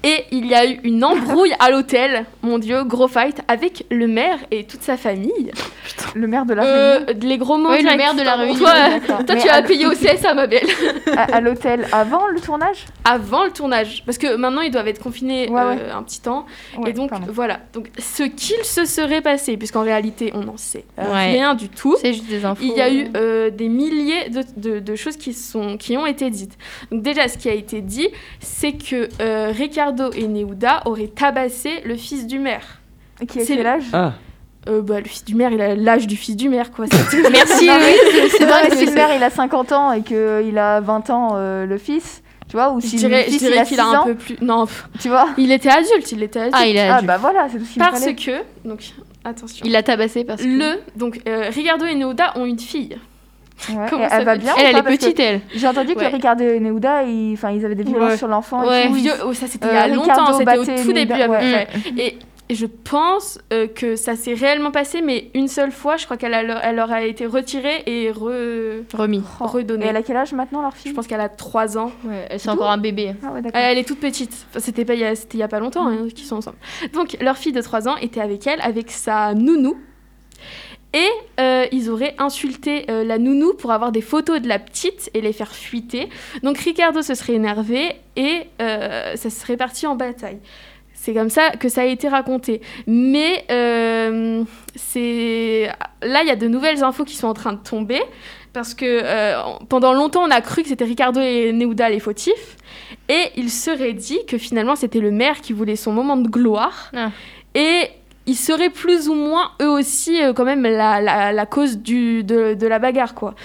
Speaker 6: Et il y a eu une embrouille à l'hôtel, mon dieu, gros fight, avec le maire et toute sa famille.
Speaker 5: Le maire de la
Speaker 6: Euh, les gros mots.
Speaker 1: Oui, le
Speaker 6: direct.
Speaker 1: maire de la
Speaker 6: Toi,
Speaker 1: Réunion,
Speaker 6: Toi,
Speaker 5: Réunion.
Speaker 6: toi,
Speaker 5: Mais
Speaker 6: tu
Speaker 5: à-
Speaker 6: as payé au CSA, ma belle.
Speaker 5: à, à l'hôtel avant le tournage
Speaker 6: Avant le tournage. Parce que maintenant, ils doivent être confinés
Speaker 5: Ouais,
Speaker 6: euh,
Speaker 5: ouais.
Speaker 6: un petit temps.
Speaker 5: Ouais,
Speaker 6: et donc,
Speaker 5: pardon.
Speaker 6: voilà. Donc, ce qu'il se serait passé, puisqu'en réalité, on n'en sait euh,
Speaker 1: Ouais.
Speaker 6: rien du tout.
Speaker 1: Euh, C'est juste des infos.
Speaker 6: Il y a eu euh, des milliers de, de- de choses qui, sont, qui ont été dites. Donc déjà, ce qui a été dit, c'est que euh, Ricardo et Neuda auraient tabassé le fils du maire.
Speaker 5: Qui a
Speaker 6: c'est
Speaker 5: quel
Speaker 6: le-
Speaker 5: âge
Speaker 4: Ah,
Speaker 6: Euh, bah, le fils du maire, il a l'âge du fils du maire, quoi. C'est-
Speaker 1: Merci.
Speaker 5: Non, mais-
Speaker 1: oui,
Speaker 5: C'est
Speaker 1: c'est
Speaker 5: vrai
Speaker 1: vrai
Speaker 5: que si le
Speaker 1: que
Speaker 5: maire il a 50 ans et qu'il a 20 ans euh, le fils, tu vois, ou si
Speaker 6: je dirais,
Speaker 5: le
Speaker 6: je
Speaker 5: fils
Speaker 6: dirais
Speaker 5: il a 6
Speaker 6: qu'il a un
Speaker 5: ans,
Speaker 6: peu plus... Non, pff,
Speaker 5: tu vois.
Speaker 6: il était adulte, il était adulte.
Speaker 1: Ah, il a
Speaker 5: Ah bah voilà, c'est tout ce qu'il me
Speaker 6: parce
Speaker 5: fallait.
Speaker 6: que... Donc, attention.
Speaker 1: il l'a tabassé parce que.
Speaker 6: Le... Donc, euh, Ricardo et Neuda ont une fille.
Speaker 5: Ouais.
Speaker 6: comment
Speaker 5: Et
Speaker 6: ça
Speaker 5: Elle va
Speaker 6: s'appelle
Speaker 5: bien ou
Speaker 1: Elle, elle
Speaker 5: pas
Speaker 1: est
Speaker 5: Parce que
Speaker 1: petite, elle.
Speaker 5: J'ai entendu que
Speaker 6: Ouais.
Speaker 5: Ricardo et Neuda, ils... Enfin, ils avaient des violences
Speaker 7: Ouais.
Speaker 5: sur l'enfant et
Speaker 1: Ouais.
Speaker 5: tout.
Speaker 6: Vieux-
Speaker 5: ils-
Speaker 6: oh, ça, c'était il y a
Speaker 5: euh, Ricardo
Speaker 6: longtemps, c'était au
Speaker 5: battait
Speaker 6: tout début.
Speaker 5: Neuda,
Speaker 6: à peu
Speaker 5: ouais.
Speaker 6: près. Et je pense euh, que ça s'est réellement passé, mais une seule fois, je crois qu'elle a- elle aura été retirée et re-
Speaker 1: Remis.
Speaker 5: Oh. Et
Speaker 6: redonnée.
Speaker 5: elle a quel âge maintenant leur fille
Speaker 6: Je pense qu'elle a 3 ans.
Speaker 1: c'est encore un bébé.
Speaker 5: Ah ouais, d'accord.
Speaker 6: Elle, elle est toute petite. Enfin, c'était pas il y a- c'était il y a pas longtemps hein, qu'ils sont ensemble. Donc leur fille de 3 ans était avec elle, avec sa nounou. Et euh, ils auraient insulté euh, la nounou pour avoir des photos de la petite et les faire fuiter. Donc Ricardo se serait énervé et euh, ça serait parti en bataille. C'est comme ça que ça a été raconté. Mais euh, c'est là, il y a de nouvelles infos qui sont en train de tomber. Parce que euh, pendant longtemps, on a cru que c'était Ricardo et Neuda les fautifs. Et il serait dit que finalement c'était le maire qui voulait son moment de gloire.
Speaker 1: Ah.
Speaker 6: Et ils seraient plus ou moins eux aussi euh, quand même la, la- la cause du, de, de la bagarre quoi.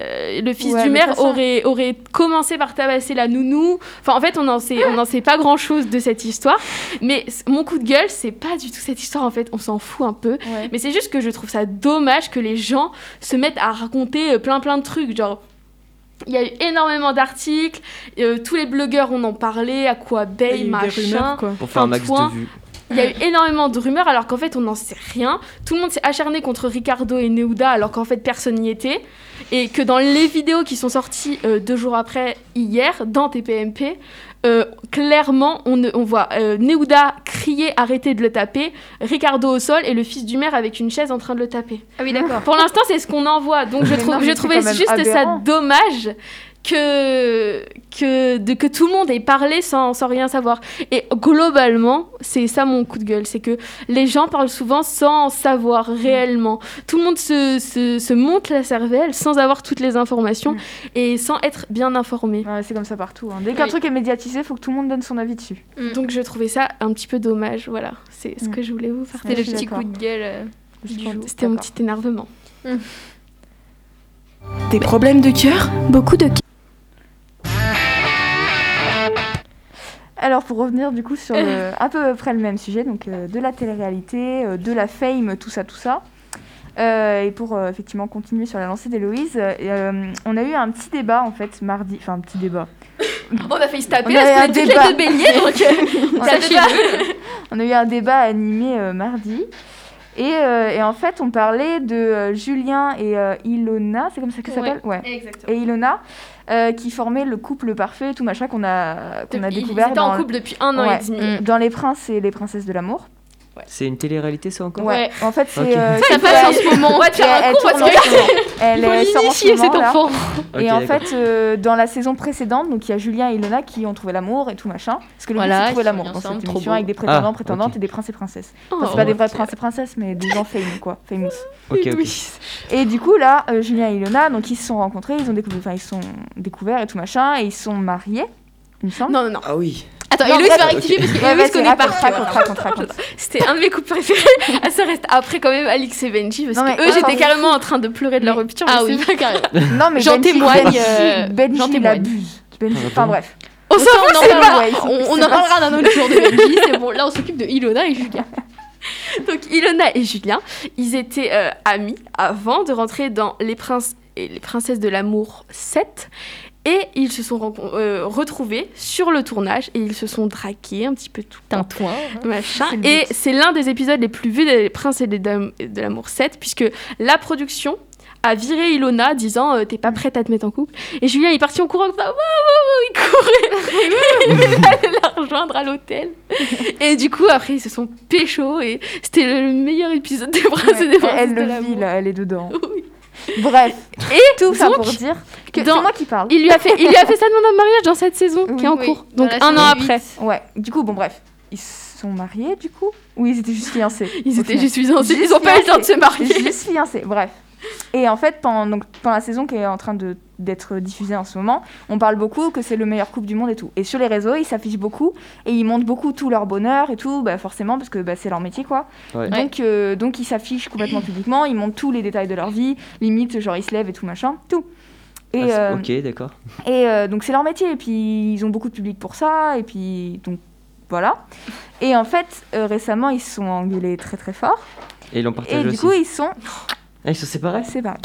Speaker 6: Euh, le fils
Speaker 5: Ouais,
Speaker 6: du
Speaker 5: mais
Speaker 6: maire
Speaker 5: de toute façon-
Speaker 6: aurait, aurait commencé par tabasser la nounou. Enfin, en fait, on n'en sait, on n'en sait pas grand chose de cette histoire. Mais c- mon coup de gueule, c'est pas du tout cette histoire en fait. On s'en fout un peu.
Speaker 5: Ouais.
Speaker 6: Mais c'est juste que je trouve ça dommage que les gens se mettent à raconter euh, plein plein de trucs. Genre, il y a eu énormément d'articles, euh, tous les blogueurs on en parlait, à quoi
Speaker 7: Il y a eu
Speaker 6: Bay,
Speaker 7: des
Speaker 6: machin.
Speaker 7: rumeurs, quoi.
Speaker 4: pour faire un
Speaker 6: Enfin,
Speaker 4: max
Speaker 6: toi,
Speaker 4: de vues.
Speaker 6: Il y a eu énormément de rumeurs alors qu'en fait on n'en sait rien. Tout le monde s'est acharné contre Ricardo et Neuda alors qu'en fait personne n'y était. Et que dans les vidéos qui sont sorties euh, deux jours après, hier, dans TPMP, euh, clairement on, ne- on voit euh, Neuda crier arrêtez de le taper, Ricardo au sol et le fils du maire avec une chaise en train de le taper.
Speaker 1: Ah oui, d'accord.
Speaker 6: Pour l'instant, c'est ce qu'on envoie. Donc, je,
Speaker 5: Mais
Speaker 6: trouve,
Speaker 5: non, mais
Speaker 6: je
Speaker 5: c'est
Speaker 6: trouvais
Speaker 5: quand même
Speaker 6: juste
Speaker 5: aberrant.
Speaker 6: ça dommage que, que, de, que tout le monde ait parlé sans, sans rien savoir. Et globalement, c'est ça mon coup de gueule c'est que les gens parlent souvent sans savoir
Speaker 5: Mm.
Speaker 6: réellement. Tout le monde se, se, se monte la cervelle sans avoir toutes les informations
Speaker 5: Mm.
Speaker 6: et sans être bien informé.
Speaker 5: Ouais, c'est comme ça partout. hein. Dès qu'un
Speaker 1: Oui.
Speaker 5: truc est médiatisé, faut que tout le monde donne son avis dessus.
Speaker 1: Mm.
Speaker 6: Donc, je trouvais ça un petit peu dommage. Voilà, c'est ce
Speaker 5: Mm.
Speaker 6: que je voulais vous faire.
Speaker 5: Ouais,
Speaker 1: C'était le
Speaker 5: je suis
Speaker 1: petit
Speaker 5: d'accord.
Speaker 1: coup de gueule. euh. Du jour.
Speaker 6: C'était mon petit énervement.
Speaker 9: Des problèmes de cœur Beaucoup de
Speaker 5: Alors pour revenir du coup sur le- à peu près le même sujet, donc euh, de la télé-réalité, euh, de la fame, tout ça, tout ça. Euh, et pour euh, effectivement continuer sur la lancée d'Héloïse, euh, et, euh, on a eu un petit débat en fait mardi, enfin un petit débat.
Speaker 6: On a failli se taper
Speaker 5: On parce avait qu'on un
Speaker 6: parce qu'on
Speaker 5: est toutes les
Speaker 6: toutes
Speaker 5: débat.
Speaker 6: les
Speaker 5: deux
Speaker 6: deux béliers. Donc, euh,
Speaker 5: On a eu un débat animé euh, mardi. Et, euh, et en fait, on parlait de euh, Julien et euh, Ilona, c'est comme ça que ça
Speaker 1: Ouais.
Speaker 5: s'appelle Ouais.
Speaker 6: Exactement.
Speaker 5: Et Ilona, euh, qui formaient le couple parfait, tout machin qu'on a, qu'on a
Speaker 6: Depuis-
Speaker 5: découvert
Speaker 6: Ils étaient en
Speaker 5: dans,
Speaker 6: couple depuis un an
Speaker 5: Ouais.
Speaker 6: et demi.
Speaker 1: Mm.
Speaker 5: dans Les Princes et les Princesses de l'amour.
Speaker 4: C'est une télé-réalité, ça encore
Speaker 5: Ouais. En fait, c'est.
Speaker 4: Ok.
Speaker 5: euh,
Speaker 1: Ça passe en ce moment.
Speaker 6: Ouais, tu as un
Speaker 5: elle
Speaker 6: cours
Speaker 5: tourne
Speaker 6: parce
Speaker 5: en
Speaker 6: que
Speaker 5: ce moment. Elle est sort en ce
Speaker 6: initier cet
Speaker 5: moment, là.
Speaker 6: enfant.
Speaker 4: Ok,
Speaker 5: et en
Speaker 4: d'accord.
Speaker 5: fait, euh, dans la saison précédente, donc il y a Julien et Ilona qui ont trouvé l'amour et tout machin. Parce que le
Speaker 1: Voilà,
Speaker 5: but, c'est
Speaker 1: ils
Speaker 5: trouver
Speaker 1: sont
Speaker 5: l'amour
Speaker 1: mis
Speaker 5: dans cette
Speaker 1: ensemble, trop
Speaker 5: émission
Speaker 1: beau.
Speaker 5: avec des prétendants,
Speaker 4: Ah,
Speaker 5: prétendantes
Speaker 4: ok.
Speaker 5: et des princes et princesses.
Speaker 6: Oh.
Speaker 5: Enfin, c'est pas des vrais
Speaker 4: ok.
Speaker 5: princes et princesses, mais des gens famous, quoi. Famous.
Speaker 4: Ok, ok.
Speaker 5: Et du coup, là, euh, Julien et Ilona, donc ils se sont rencontrés, ils ont découvert, enfin, ils se sont découverts et tout machin, et ils se sont mariés, il me semble.
Speaker 6: Non, non, non.
Speaker 4: Ah oui.
Speaker 1: Attends,
Speaker 5: Non,
Speaker 1: Héloïse va
Speaker 5: ok.
Speaker 1: rectifier parce que
Speaker 5: Ouais,
Speaker 1: Héloïse
Speaker 5: vas-y,
Speaker 1: connaît par
Speaker 5: raconte, raconte, raconte, raconte.
Speaker 6: C'était un de mes couples préférés. Ah, ça reste après quand même Alix et Benji parce
Speaker 5: Non, mais
Speaker 6: que eux
Speaker 5: attends.
Speaker 6: j'étais carrément en train de pleurer de leur rupture.
Speaker 1: Ah
Speaker 6: mais
Speaker 1: oui,
Speaker 6: c'est-
Speaker 1: carrément.
Speaker 5: Non, mais
Speaker 1: J'en
Speaker 5: Benji-
Speaker 1: témoigne,
Speaker 5: Benji-
Speaker 1: euh,
Speaker 5: Benji,
Speaker 1: j'en
Speaker 5: il
Speaker 1: témoigne.
Speaker 5: abuse. Benji- Enfin bref.
Speaker 1: On s'en fout,
Speaker 5: on en
Speaker 1: c'est
Speaker 5: parle,
Speaker 1: pas-
Speaker 5: ouais,
Speaker 1: on-
Speaker 5: c'est-
Speaker 1: On
Speaker 5: c'est
Speaker 1: en
Speaker 5: pas-
Speaker 1: parlera d'un autre jour de Benji. C'est bon, là on s'occupe de Ilona et Julien.
Speaker 6: Donc Ilona et Julien, ils étaient euh, amis avant de rentrer dans Les Princes et les Princesses de l'amour 7. Et ils se sont rencon- euh, retrouvés sur le tournage et ils se sont dragués un petit peu tout. le temps.
Speaker 1: Tintouin.
Speaker 6: Machin.
Speaker 5: hein. C'est le
Speaker 6: Et
Speaker 5: but.
Speaker 6: c'est l'un des épisodes les plus vus des Princes et des Dames et de l'amour 7, puisque la production a viré Ilona, disant euh,
Speaker 5: Mm.
Speaker 6: T'es pas prête à te mettre en couple. Et Julien, il est parti en courant comme ça. Waouh, waouh, waouh, il courait. il allait la rejoindre à l'hôtel. Et du coup, après, ils se sont pécho. Et c'était le meilleur épisode des Brasses et des Brasses.
Speaker 5: elle
Speaker 6: de
Speaker 5: le
Speaker 6: l'amour.
Speaker 5: vit, là, elle est dedans.
Speaker 6: Oui.
Speaker 5: Bref,
Speaker 6: Et
Speaker 5: tout ça
Speaker 6: donc,
Speaker 5: pour dire que
Speaker 6: dans-
Speaker 5: c'est moi qui parle.
Speaker 6: Il lui, a fait, il lui a fait sa demande en mariage dans cette saison qui est en
Speaker 1: Oui,
Speaker 6: cours.
Speaker 1: dans
Speaker 6: Donc
Speaker 1: la
Speaker 6: un
Speaker 1: saison
Speaker 6: an
Speaker 1: huit.
Speaker 6: après.
Speaker 5: Ouais, du coup, bon, bref. Ils se sont mariés, du coup Ou ils étaient juste fiancés
Speaker 6: Ils
Speaker 5: au
Speaker 6: étaient
Speaker 5: final
Speaker 6: juste fiancés.
Speaker 5: Juste
Speaker 6: Ils ont pas eu le temps de se
Speaker 5: Je
Speaker 6: marier.
Speaker 5: juste fiancée, bref. Et en fait, pendant, donc, pendant la saison qui est en train de- d'être diffusée en ce moment, on parle beaucoup que c'est le meilleur couple du monde et tout. Et sur les réseaux, ils s'affichent beaucoup et ils montrent beaucoup tout leur bonheur et tout, bah, forcément, parce que bah, c'est leur métier, quoi.
Speaker 4: Ouais. Ah,
Speaker 5: Donc, euh, donc ils s'affichent complètement publiquement, ils montrent tous les détails de leur vie, limite, genre ils se lèvent et tout machin, tout. Et,
Speaker 4: Ah, c'est-
Speaker 5: euh,
Speaker 4: Ok, d'accord.
Speaker 5: et euh, donc c'est leur métier, et puis ils ont beaucoup de public pour ça, et puis donc voilà. Et en fait, euh, récemment, ils se sont engueulés très très fort,
Speaker 4: Et ils l'ont
Speaker 5: et
Speaker 4: partagé
Speaker 5: du
Speaker 4: aussi.
Speaker 5: coup, ils sont
Speaker 4: Ah, ils sont séparés
Speaker 5: séparés.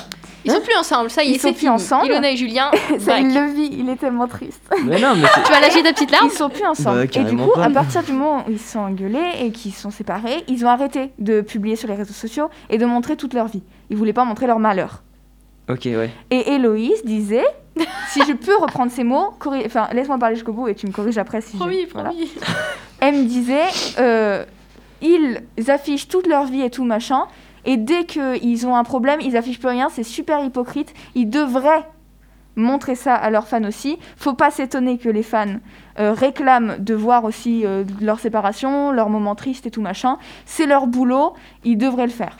Speaker 1: Ils sont plus ensemble, ça y
Speaker 5: Ils
Speaker 1: est,
Speaker 5: sont
Speaker 1: c'est
Speaker 5: plus
Speaker 1: fini.
Speaker 5: ensemble.
Speaker 1: Ilona et Julien,
Speaker 5: Ça,
Speaker 1: break.
Speaker 5: il le vit, il est tellement triste.
Speaker 4: Mais non, mais c'est-
Speaker 1: tu vas lâcher ta petite
Speaker 6: Ah.
Speaker 1: larme
Speaker 5: Ils sont plus ensemble.
Speaker 4: Bah,
Speaker 5: et du
Speaker 4: carrément
Speaker 5: coup,
Speaker 4: pas.
Speaker 5: à partir du moment où ils se sont engueulés et qu'ils se sont séparés, ils ont arrêté de publier sur les réseaux sociaux et de montrer toute leur vie. Ils voulaient pas montrer leur malheur.
Speaker 4: Ok, ouais.
Speaker 5: Et Héloïse disait, si je peux reprendre ces mots, corri- enfin, laisse-moi parler jusqu'au bout et tu me corriges après si je-
Speaker 6: Promis,
Speaker 5: voilà.
Speaker 6: promis.
Speaker 5: Elle me disait, euh, ils affichent toute leur vie et tout machin, et dès qu'ils ont un problème, ils affichent plus rien, c'est super hypocrite. Ils devraient montrer ça à leurs fans aussi. Faut pas s'étonner que les fans euh, réclament de voir aussi euh, leur séparation, leurs moments tristes et tout machin. C'est leur boulot, ils devraient le faire.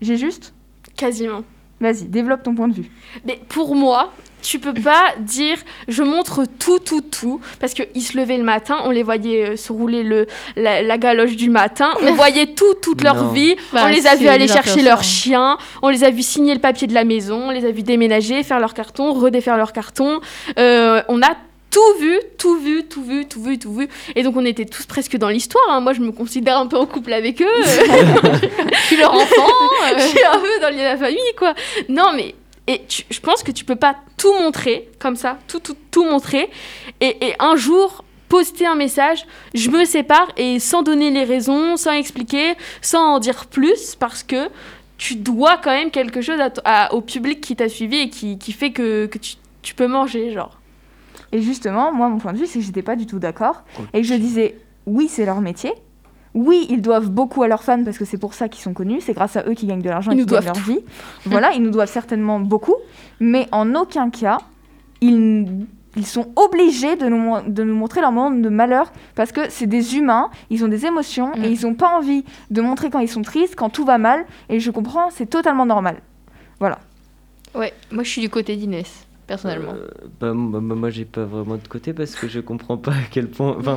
Speaker 5: J'ai juste
Speaker 6: Quasiment.
Speaker 5: Vas-y, développe ton point de vue.
Speaker 6: Mais pour moi, tu peux pas dire je montre tout, tout, tout. Parce qu'ils se levaient le matin, on les voyait euh, se rouler le, la, la galoche du matin. On voyait tout, toute leur
Speaker 4: Non.
Speaker 6: vie.
Speaker 1: Bah,
Speaker 6: on les a
Speaker 1: si,
Speaker 6: vus aller
Speaker 1: leur
Speaker 6: chercher
Speaker 1: faire
Speaker 6: leur
Speaker 1: ça.
Speaker 6: chien. On les a vus signer le papier de la maison. On les a vus déménager, faire leur carton, redéfaire leur carton. Euh, on a tout vu, tout vu, tout vu, tout vu, tout vu. Et donc on était tous presque dans l'histoire. hein. Moi, je me considère un peu en couple avec eux.
Speaker 1: puis leur enfant.
Speaker 6: Je suis un peu dans le lien de la famille, quoi. euh. Non, mais et tu- je pense que tu peux pas tout montrer comme ça, tout, tout, tout montrer, et, et un jour poster un message, je me sépare et sans donner les raisons, sans expliquer, sans en dire plus, parce que tu dois quand même quelque chose à to- à- au public qui t'a suivi et qui, qui fait que, que tu, tu peux manger, genre.
Speaker 5: Et justement, moi, mon point de vue, c'est que j'étais pas du tout d'accord. Et que je disais, oui, c'est leur métier. Oui, ils doivent beaucoup à leurs fans parce que c'est pour ça qu'ils sont connus. C'est grâce à eux qu'ils gagnent de l'argent et
Speaker 6: Ils
Speaker 5: qu'ils
Speaker 6: nous
Speaker 5: gagnent
Speaker 6: doivent
Speaker 5: leur vie. Voilà, ils nous doivent certainement beaucoup. Mais en aucun cas, ils, ils sont obligés de nous, mon- de nous montrer leur monde de malheur parce que c'est des humains, ils ont des émotions
Speaker 1: Mm.
Speaker 5: et ils ont pas envie de montrer quand ils sont tristes, quand tout va mal. Et je comprends, c'est totalement normal.
Speaker 1: Ouais, moi je suis du côté d'Inès, personnellement.
Speaker 4: Euh, bah, m- bah, moi, j'ai pas vraiment de côté parce que je comprends pas à quel point. Enfin,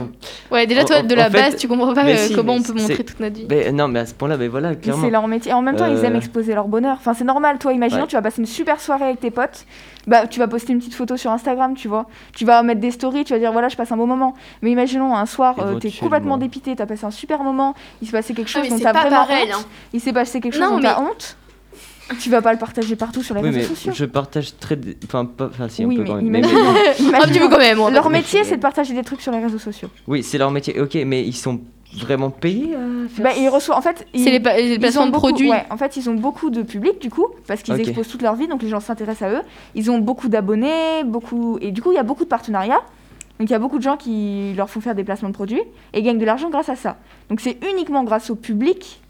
Speaker 5: Mm.
Speaker 1: Ouais, déjà
Speaker 4: en-
Speaker 1: toi,
Speaker 4: en-
Speaker 1: de
Speaker 4: en
Speaker 1: la
Speaker 4: fait-
Speaker 1: base, tu comprends pas
Speaker 4: mais
Speaker 1: euh,
Speaker 4: si,
Speaker 1: comment
Speaker 4: mais
Speaker 1: on peut
Speaker 4: c'est-
Speaker 1: montrer toute notre vie.
Speaker 4: ben, non, mais à ce point-là, mais voilà,
Speaker 5: Mais
Speaker 4: clairement.
Speaker 5: C'est leur métier. En même temps, ils aiment
Speaker 4: Euh.
Speaker 5: exposer leur bonheur. Enfin, c'est normal, toi, imaginons,
Speaker 4: Ouais.
Speaker 5: tu vas passer une super soirée avec tes potes. Bah, tu vas poster une petite photo sur Instagram, tu vois. Tu vas mettre des stories, tu vas dire, voilà, je passe un bon moment. Mais imaginons, un soir, euh, t'es
Speaker 4: Éventuellement.
Speaker 5: complètement dépité, t'as passé un super moment, il s'est passé quelque chose
Speaker 6: Ah, mais
Speaker 5: dont
Speaker 6: c'est
Speaker 5: t'as
Speaker 6: pas
Speaker 5: vraiment
Speaker 6: pareil,
Speaker 5: honte.
Speaker 6: hein.
Speaker 5: Il s'est passé quelque chose
Speaker 6: Non,
Speaker 5: dont t'as honte. Tu vas pas le partager partout sur les
Speaker 4: Oui,
Speaker 5: réseaux
Speaker 4: mais
Speaker 5: sociaux.
Speaker 4: je partage très. dé- Enfin, pas. Enfin, si, un
Speaker 5: oui,
Speaker 4: peu
Speaker 5: mais
Speaker 4: quand même. Mais-
Speaker 1: Un
Speaker 5: imaginons-
Speaker 6: Ah,
Speaker 1: petit peu
Speaker 5: imaginons.
Speaker 1: quand même. hein. on va
Speaker 5: Leur
Speaker 1: dire.
Speaker 5: métier, c'est de partager des trucs sur les réseaux sociaux.
Speaker 4: Oui, c'est leur métier. Ok, mais ils sont vraiment payés euh à faire
Speaker 5: Bah,
Speaker 4: ça
Speaker 5: ils reçoivent. En fait, ils-
Speaker 1: C'est les, pa- les
Speaker 5: Ils ont
Speaker 1: placements de
Speaker 5: beaucoup,
Speaker 1: produits.
Speaker 5: ouais, en fait, ils ont beaucoup de public du coup, parce qu'ils
Speaker 4: Ok.
Speaker 5: exposent toute leur vie, donc les gens s'intéressent à eux. Ils ont beaucoup d'abonnés, beaucoup, et du coup, il y a beaucoup de partenariats. Donc il y a beaucoup de gens qui leur font faire des placements de produits et gagnent de l'argent grâce à ça. Donc c'est uniquement grâce au public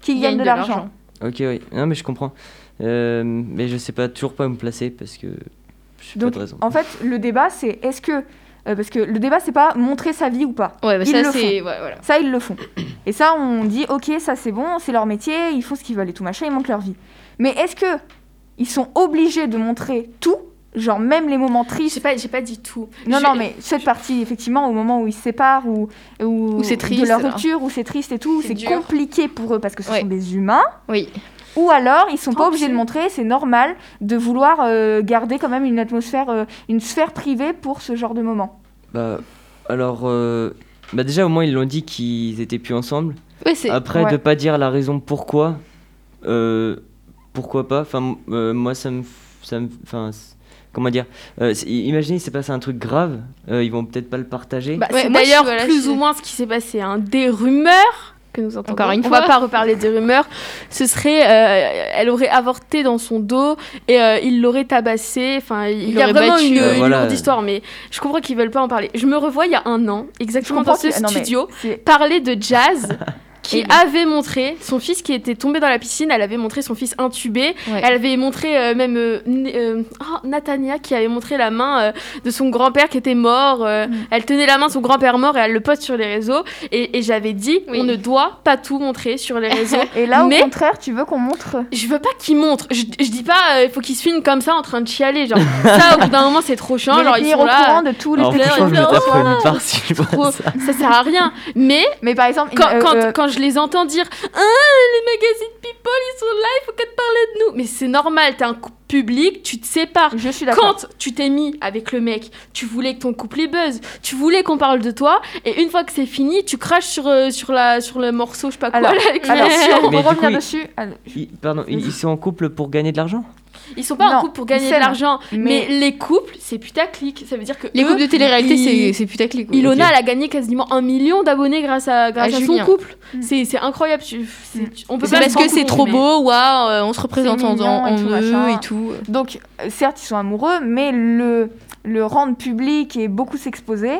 Speaker 5: qu'ils
Speaker 1: Ils
Speaker 5: gagnent de l'argent.
Speaker 4: Ok, oui. Non, mais je comprends. Euh, mais je sais pas, toujours pas où me placer parce que. Je sais pas
Speaker 5: Donc
Speaker 4: de raison.
Speaker 5: en fait, le débat c'est est-ce que euh, parce que le débat c'est pas montrer sa vie ou pas.
Speaker 1: Ouais, bah,
Speaker 5: Ils
Speaker 1: ça
Speaker 5: le
Speaker 1: c'est. Ouais, voilà.
Speaker 5: Ça, ils le font. Et ça, on dit, ok, ça c'est bon, c'est leur métier, ils font ce qu'ils veulent et tout machin, ils montrent leur vie. Mais est-ce que ils sont obligés de montrer tout, genre même les moments
Speaker 6: J'ai
Speaker 5: tristes
Speaker 6: pas, j'ai pas dit tout.
Speaker 5: Non,
Speaker 6: Je-
Speaker 5: non, mais cette partie, effectivement, au moment où ils se séparent, ou, ou
Speaker 1: Où c'est
Speaker 5: de
Speaker 1: triste,
Speaker 5: leur
Speaker 1: alors.
Speaker 5: rupture, où c'est triste et tout,
Speaker 1: C'est
Speaker 5: c'est
Speaker 1: dur.
Speaker 5: compliqué pour eux parce que ce
Speaker 1: Ouais.
Speaker 5: sont des humains.
Speaker 1: Oui.
Speaker 5: Ou alors, ils sont
Speaker 6: Tant
Speaker 5: pas obligés
Speaker 6: pis.
Speaker 5: de montrer, c'est normal de vouloir euh, garder quand même une atmosphère, euh, une sphère privée pour ce genre de moment.
Speaker 4: Bah, alors. euh, Bah, déjà, au moins, ils l'ont dit qu'ils étaient plus ensemble.
Speaker 1: Ouais, c'est.
Speaker 4: Après,
Speaker 5: ouais.
Speaker 4: de pas dire la raison pourquoi. euh, pourquoi pas Enfin, euh, moi, ça me. f- ça me- Enfin. c- Comment dire Euh, c'est- Imaginez, il s'est passé un truc grave. euh, ils vont peut-être pas le partager.
Speaker 6: Bah,
Speaker 1: Ouais,
Speaker 6: c'est
Speaker 1: moi, je suis-
Speaker 6: d'ailleurs
Speaker 1: voilà, je
Speaker 6: plus
Speaker 1: suis-
Speaker 6: ou moins ce qui s'est passé. hein. Des rumeurs que nous entendons.
Speaker 1: Encore une
Speaker 6: On
Speaker 1: fois.
Speaker 6: va pas reparler des rumeurs. Ce serait, euh, elle aurait avorté dans son dos et euh, il l'aurait tabassée. Enfin, il, y a
Speaker 1: l'aurait
Speaker 6: vraiment
Speaker 1: battue.
Speaker 6: une,
Speaker 4: Euh,
Speaker 6: une
Speaker 4: voilà.
Speaker 6: lourde histoire, mais je comprends qu'ils veulent pas en parler. Je me revois il y a un an, exactement dans
Speaker 5: comprends
Speaker 6: ce
Speaker 5: que- non, mais
Speaker 6: studio,
Speaker 5: c'est-
Speaker 6: parler de jazz. Qui
Speaker 1: Et-
Speaker 6: avait montré son fils qui était tombé dans la piscine, elle avait montré son fils intubé,
Speaker 1: Ouais.
Speaker 6: elle avait montré euh, même euh, N- euh, oh, Natania qui avait montré la main euh, de son grand-père qui était mort. euh, Elle tenait la main de son grand-père mort et elle le poste sur les réseaux. Et, et j'avais dit,
Speaker 1: Oui.
Speaker 6: on ne doit pas tout montrer sur les réseaux.
Speaker 5: Et là, au
Speaker 6: Mais-
Speaker 5: contraire, tu veux qu'on montre
Speaker 6: je veux pas qu'il montre. Je, je dis pas, euh, il faut qu'il se filme comme ça en train de chialer. Genre, ça, au bout d'un moment, c'est trop chiant.
Speaker 5: de les
Speaker 6: genre, ils
Speaker 5: tenir
Speaker 6: sont
Speaker 5: au
Speaker 6: là.
Speaker 5: courant de tous les
Speaker 4: Alors,
Speaker 6: pleurs,
Speaker 4: franchement, je
Speaker 6: les
Speaker 4: me
Speaker 6: pleurs,
Speaker 4: taperais
Speaker 6: oh,
Speaker 4: une part si je
Speaker 6: Trop-
Speaker 4: vois ça.
Speaker 6: ça sert à rien. Mais
Speaker 5: Mais par exemple,
Speaker 6: quand,
Speaker 5: euh,
Speaker 6: quand,
Speaker 5: euh,
Speaker 6: quand je les entends dire Ah, les magazines People, ils sont là, il faut qu'à te parler de nous. Mais c'est normal, t'es un couple public, tu te sépares.
Speaker 5: je suis d'accord.
Speaker 6: Quand tu t'es mis avec le mec, tu voulais que ton couple il buzz, tu voulais qu'on parle de toi, et une fois que c'est fini, tu craches sur, euh, sur, la, sur le morceau, je sais pas quoi,
Speaker 5: Alors-
Speaker 6: là, avec
Speaker 5: Alors,
Speaker 6: les-
Speaker 5: si on
Speaker 4: Mais
Speaker 5: peut
Speaker 4: du
Speaker 5: revenir
Speaker 4: coup, il-
Speaker 5: dessus, euh, alors,
Speaker 4: Ils- Pardon, ils ils sont en couple pour gagner de l'argent
Speaker 6: Ils sont pas
Speaker 5: Non,
Speaker 6: en couple pour
Speaker 5: ils
Speaker 6: gagner de
Speaker 5: s'aiment,
Speaker 6: l'argent, mais...
Speaker 5: mais-
Speaker 6: les couples, c'est putaclic. Ça veut dire que.
Speaker 1: Les
Speaker 6: eux,
Speaker 1: couples de télé-réalité,
Speaker 6: ils-
Speaker 1: c'est- c'est putaclic. ouais.
Speaker 6: Ilona,
Speaker 4: Ok.
Speaker 6: elle a gagné quasiment un million d'abonnés grâce à, grâce
Speaker 1: À
Speaker 6: à, son
Speaker 1: Ah, Julien.
Speaker 6: couple.
Speaker 5: Mm.
Speaker 6: C'est c'est incroyable. tu- c'est-
Speaker 5: Mm.
Speaker 6: tu- on peut
Speaker 1: C'est
Speaker 6: pas
Speaker 1: parce
Speaker 6: se rendre
Speaker 1: que c'est
Speaker 6: compte,
Speaker 1: trop
Speaker 6: mais-
Speaker 1: beau, waouh, euh, on se représente en,
Speaker 5: mignon
Speaker 1: en
Speaker 5: et tout,
Speaker 1: eux
Speaker 5: machin.
Speaker 1: et tout.
Speaker 5: donc euh, certes, ils sont amoureux, mais le, le rendre public et beaucoup s'exposer,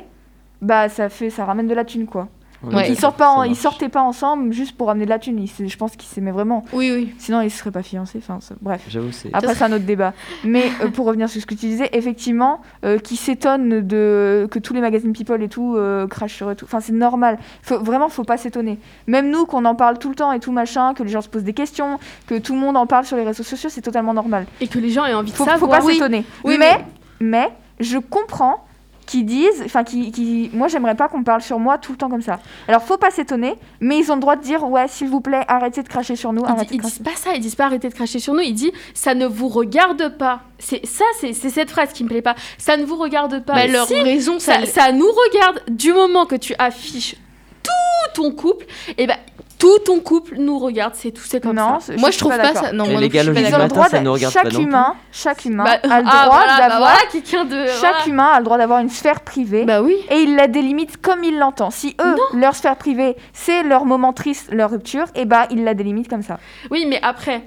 Speaker 5: bah ça fait, ça ramène de la thune quoi.
Speaker 1: Ouais.
Speaker 5: ils sortent pas, en- ils sortaient pas ensemble juste pour ramener de la thune. Ils se- je pense qu'ils s'aimaient vraiment.
Speaker 1: Oui, oui.
Speaker 5: Sinon, ils se seraient pas fiancés. Enfin, ça- bref.
Speaker 4: J'avoue, c'est.
Speaker 5: Après, c'est un autre débat. Mais euh, pour revenir sur ce que tu disais, effectivement, euh, qui s'étonne de que tous les magazines People et tout euh, crachent sur eux. Tout. Enfin, c'est normal. Faut, vraiment, faut pas s'étonner. Même nous, qu'on en parle tout le temps et tout machin, que les gens se posent des questions, que tout le monde en parle sur les réseaux sociaux, c'est totalement normal.
Speaker 6: Et que les gens aient envie
Speaker 5: Faut,
Speaker 6: de
Speaker 5: faut
Speaker 6: savoir.
Speaker 5: pas s'étonner.
Speaker 1: Oui,
Speaker 5: mais, mais, je comprends qu'ils disent, enfin, qui, moi, j'aimerais pas qu'on parle sur moi tout le temps comme ça. Alors, faut pas s'étonner, mais ils ont le droit de dire, ouais, s'il vous plaît, arrêtez de cracher sur nous,
Speaker 6: Ils,
Speaker 5: arrêtez
Speaker 6: di- ils
Speaker 5: de
Speaker 6: disent
Speaker 5: cracher.
Speaker 6: pas ça, ils disent pas arrêtez de cracher sur nous, ils disent ça ne vous regarde pas. C'est ça, c'est c'est cette phrase qui me plaît pas. Ça ne vous regarde pas.
Speaker 1: Bah, leur
Speaker 6: Si,
Speaker 1: raison, ça.
Speaker 6: ça, ça nous regarde du moment que tu affiches tout ton couple, et ben tout ton couple nous regarde, c'est tout, c'est comme ça.
Speaker 5: Non, c'est-
Speaker 1: moi,
Speaker 5: suis
Speaker 1: je trouve pas
Speaker 5: d'accord.
Speaker 1: ça. Non,
Speaker 4: Et
Speaker 1: moi, non
Speaker 4: les
Speaker 1: plus, je suis
Speaker 4: gars,
Speaker 1: pas
Speaker 4: le
Speaker 5: Ils
Speaker 1: d'accord.
Speaker 5: ont le
Speaker 4: matin,
Speaker 5: droit
Speaker 4: ça
Speaker 5: d'a-
Speaker 4: nous regarde
Speaker 5: chaque
Speaker 4: pas non plus.
Speaker 5: humain, chaque humain
Speaker 6: Bah,
Speaker 5: a le
Speaker 6: ah,
Speaker 5: droit
Speaker 6: voilà, bah
Speaker 5: d'avoir
Speaker 6: voilà, quelqu'un de voilà.
Speaker 5: chaque humain a le droit d'avoir une sphère privée
Speaker 1: Bah oui.
Speaker 5: et il la délimite comme il l'entend. Si eux leur sphère privée c'est leur moment triste, leur rupture, et bah ils la délimitent comme ça.
Speaker 6: Oui, mais après,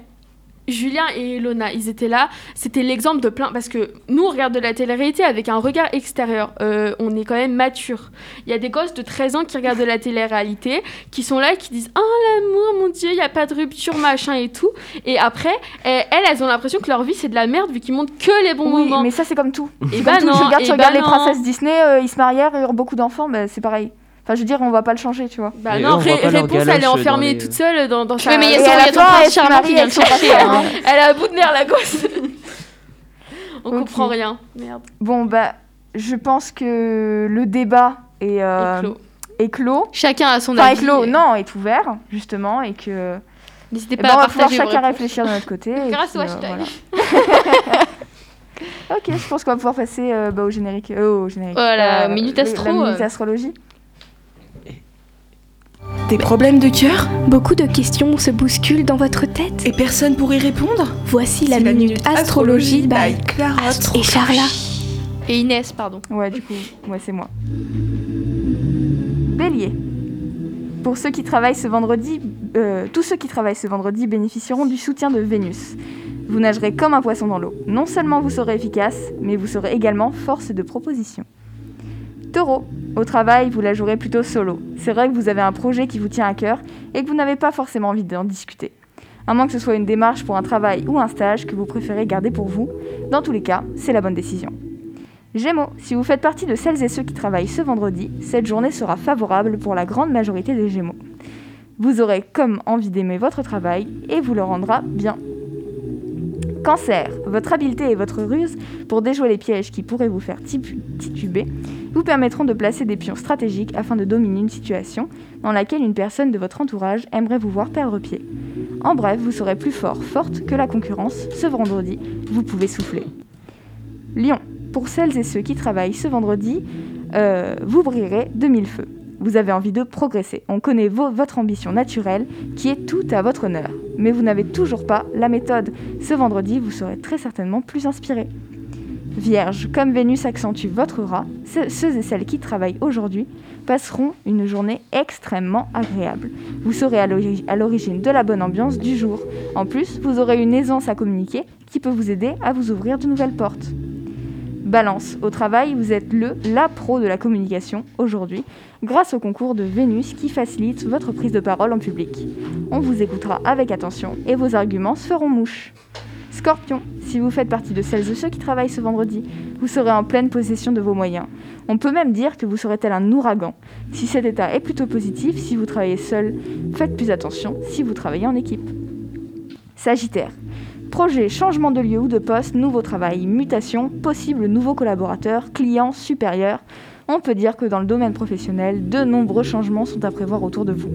Speaker 6: Julien et Ilona, ils étaient là. C'était l'exemple de plein. Parce que nous, on regarde de la télé-réalité avec un regard extérieur. Euh, on est quand même mature. Il y a des gosses de 13 ans qui regardent de la télé-réalité, qui sont là et qui disent Oh l'amour, mon Dieu, il n'y a pas de rupture, machin et tout. Et après, eh, elles, elles ont l'impression que leur vie, c'est de la merde, vu qu'ils montrent que les bons
Speaker 5: oui,
Speaker 6: moments.
Speaker 5: mais ça c'est comme tout.
Speaker 6: Et
Speaker 5: Comme tout, tu regardes,
Speaker 6: et
Speaker 5: tu regardes
Speaker 6: bah
Speaker 5: les
Speaker 6: non.
Speaker 5: princesses Disney, euh, ils se marièrent, ils ont beaucoup d'enfants, bah, c'est pareil. Enfin, je veux dire, on va pas le changer, tu vois.
Speaker 6: Bah
Speaker 4: Et
Speaker 6: non,
Speaker 4: on voit
Speaker 6: ré-
Speaker 4: pas leur
Speaker 6: réponse, elle
Speaker 4: galoche euh,
Speaker 6: est
Speaker 4: dans
Speaker 6: enfermée
Speaker 4: les-
Speaker 6: toute seule dans, dans sa.
Speaker 1: Oui, mais il y a
Speaker 5: Et
Speaker 1: son- il
Speaker 5: à
Speaker 1: y
Speaker 5: la
Speaker 1: a ton
Speaker 5: fin,
Speaker 1: prince
Speaker 5: elle se
Speaker 1: charmant
Speaker 5: marie,
Speaker 1: qui vient
Speaker 5: elle
Speaker 1: le
Speaker 5: se marie,
Speaker 1: chercher,
Speaker 5: hein.
Speaker 6: Elle a un bout de nerf, la gosse. On
Speaker 5: Ok.
Speaker 6: comprend rien. Merde.
Speaker 5: Bon, bah, je pense que le débat est, euh,
Speaker 6: Et clos.
Speaker 5: est clos.
Speaker 1: Chacun a son
Speaker 5: Enfin, est
Speaker 1: avis.
Speaker 5: clos, non, est ouvert, justement, et que.
Speaker 1: N'hésitez
Speaker 5: Eh
Speaker 1: pas
Speaker 5: ben, on
Speaker 1: à
Speaker 5: va pouvoir
Speaker 1: partager vos
Speaker 5: chacun
Speaker 1: réponses.
Speaker 5: réfléchir de notre côté. et
Speaker 6: Grâce
Speaker 5: puis,
Speaker 6: au
Speaker 5: euh,
Speaker 6: hashtag.
Speaker 5: voilà. Ok, je pense qu'on va pouvoir passer euh, bah, au générique. euh, au générique.
Speaker 1: Voilà,
Speaker 5: Euh,
Speaker 1: minute
Speaker 5: oui,
Speaker 1: astro,
Speaker 5: La minute
Speaker 1: euh.
Speaker 5: astrologie.
Speaker 10: Des problèmes de cœur
Speaker 8: Beaucoup de questions se bousculent dans votre tête.
Speaker 10: et personne pour y répondre
Speaker 8: Voici
Speaker 10: C'est
Speaker 8: la minute astrologie by
Speaker 10: Clara.
Speaker 8: Astro et Charla.
Speaker 1: Et Inès, pardon.
Speaker 5: Ouais, du coup, ouais, c'est moi. Bélier. Pour ceux qui travaillent ce vendredi, euh, tous ceux qui travaillent ce vendredi bénéficieront du soutien de Vénus. Vous nagerez comme un poisson dans l'eau. Non seulement vous serez efficace, mais vous serez également force de proposition. Taureau. Au travail, vous la jouerez plutôt solo. C'est vrai que vous avez un projet qui vous tient à cœur et que vous n'avez pas forcément envie d'en discuter. À moins que ce soit une démarche pour un travail ou un stage que vous préférez garder pour vous, dans tous les cas, c'est la bonne décision. Gémeaux, si vous faites partie de celles et ceux qui travaillent ce vendredi, cette journée sera favorable pour la grande majorité des Gémeaux. Vous aurez comme envie d'aimer votre travail et vous le rendra bien. Cancer, votre habileté et votre ruse pour déjouer les pièges qui pourraient vous faire tipu- tituber vous permettront de placer des pions stratégiques afin de dominer une situation dans laquelle une personne de votre entourage aimerait vous voir perdre pied. En bref, vous serez plus fort, forte que la concurrence. Ce vendredi, vous pouvez souffler. Lion, pour celles et ceux qui travaillent ce vendredi, euh, vous brillerez de mille feux. Vous avez envie de progresser. On connaît vo- votre ambition naturelle qui est tout à votre honneur. Mais vous n'avez toujours pas la méthode. Ce vendredi, vous serez très certainement plus inspiré. Vierge, comme Vénus accentue votre aura, ce- ceux et celles qui travaillent aujourd'hui passeront une journée extrêmement agréable. Vous serez à l'ori- à l'origine de la bonne ambiance du jour. En plus, vous aurez une aisance à communiquer qui peut vous aider à vous ouvrir de nouvelles portes. Balance, au travail, vous êtes le, la pro de la communication aujourd'hui, grâce au concours de Vénus qui facilite votre prise de parole en public. On vous écoutera avec attention et vos arguments se feront mouche. Scorpion, si vous faites partie de celles et ceux qui travaillent ce vendredi, vous serez en pleine possession de vos moyens. On peut même dire que vous serez tel un ouragan. Si cet état est plutôt positif, si vous travaillez seul, faites plus attention si vous travaillez en équipe. Sagittaire. Projet, changement de lieu ou de poste, nouveau travail, mutation, possible nouveau collaborateur, client supérieur. On peut dire que dans le domaine professionnel, de nombreux changements sont à prévoir autour de vous.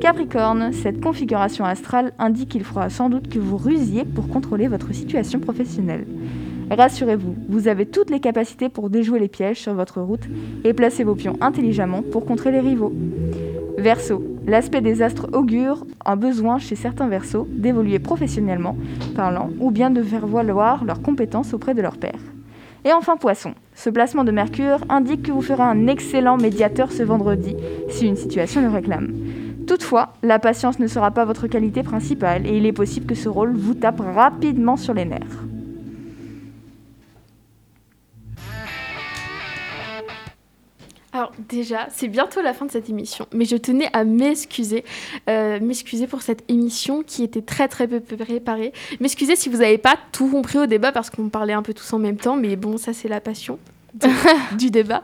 Speaker 5: Capricorne, cette configuration astrale indique qu'il faudra sans doute que vous rusiez pour contrôler votre situation professionnelle. Rassurez-vous, vous avez toutes les capacités pour déjouer les pièges sur votre route et placer vos pions intelligemment pour contrer les rivaux. Verseau, l'aspect des astres augure un besoin chez certains Verseaux d'évoluer professionnellement parlant ou bien de faire valoir leurs compétences auprès de leur père. Et enfin Poisson, ce placement de Mercure indique que vous ferez un excellent médiateur ce vendredi si une situation le réclame. Toutefois, la patience ne sera pas votre qualité principale et il est possible que ce rôle vous tape rapidement sur les nerfs.
Speaker 6: Alors déjà, c'est bientôt la fin de cette émission, mais je tenais à m'excuser, euh, m'excuser pour cette émission qui était très très peu préparée. M'excuser si vous n'avez pas tout compris au débat parce qu'on parlait un peu tous en même temps, mais bon, ça c'est la passion du- du débat.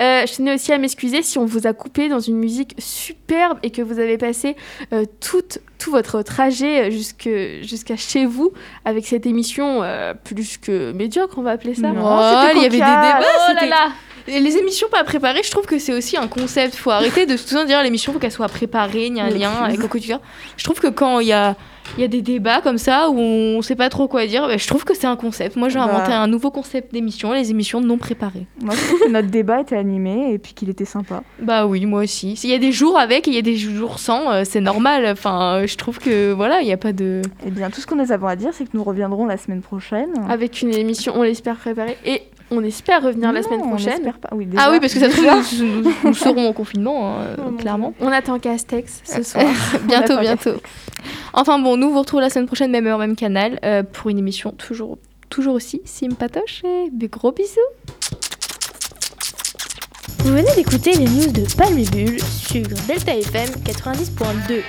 Speaker 6: Euh, je tenais aussi à m'excuser si on vous a coupé dans une musique superbe et que vous avez passé euh, toute- tout votre trajet euh, jusque- jusqu'à chez vous avec cette émission euh, plus que médiocre, on va appeler ça. Hein,
Speaker 5: Non,
Speaker 1: Oh,
Speaker 5: c'était
Speaker 1: il y avait des
Speaker 5: cocasse,
Speaker 1: débats,
Speaker 6: Oh là
Speaker 1: c'était-
Speaker 6: là
Speaker 1: Et Les émissions pas préparées, je trouve que c'est aussi un concept. Faut arrêter de tout le temps dire l'émission faut qu'elle soit préparée, il y a un
Speaker 6: Oui.
Speaker 1: lien avec le quotidien. Je trouve que quand il y a, il y a des débats comme ça où on sait pas trop quoi dire, bah, je trouve que c'est un concept. Moi, j'ai
Speaker 5: Bah.
Speaker 1: inventé un nouveau concept d'émission, les émissions non préparées.
Speaker 5: Moi je trouve que notre débat était animé et puis qu'il était sympa.
Speaker 1: Bah oui, moi aussi. Il y a des jours avec et il y a des jours sans, euh, c'est normal. Enfin, euh, je trouve que voilà, il n'y a pas de.
Speaker 5: Eh bien tout ce que nous avons à dire c'est que nous reviendrons la semaine prochaine.
Speaker 1: Ah,
Speaker 6: avec une émission, on l'espère préparée et on espère revenir la
Speaker 5: Non,
Speaker 6: semaine
Speaker 5: on
Speaker 6: prochaine.
Speaker 5: espère pas. Oui,
Speaker 1: Ah
Speaker 5: déjà.
Speaker 1: oui, parce que ça se trouve, nous, nous- nous serons en confinement,
Speaker 6: Ah,
Speaker 1: hein, euh, clairement.
Speaker 6: On attend Castex
Speaker 5: Euh,
Speaker 6: ce soir.
Speaker 1: bientôt,
Speaker 5: On attend
Speaker 1: bientôt. Enfin bon, nous vous retrouvons la semaine prochaine, même heure, même canal, euh, pour une émission toujours, toujours aussi simpatoche. Et des gros bisous.
Speaker 9: Vous venez d'écouter les news de Palme Bulle sur Delta FM 90.2.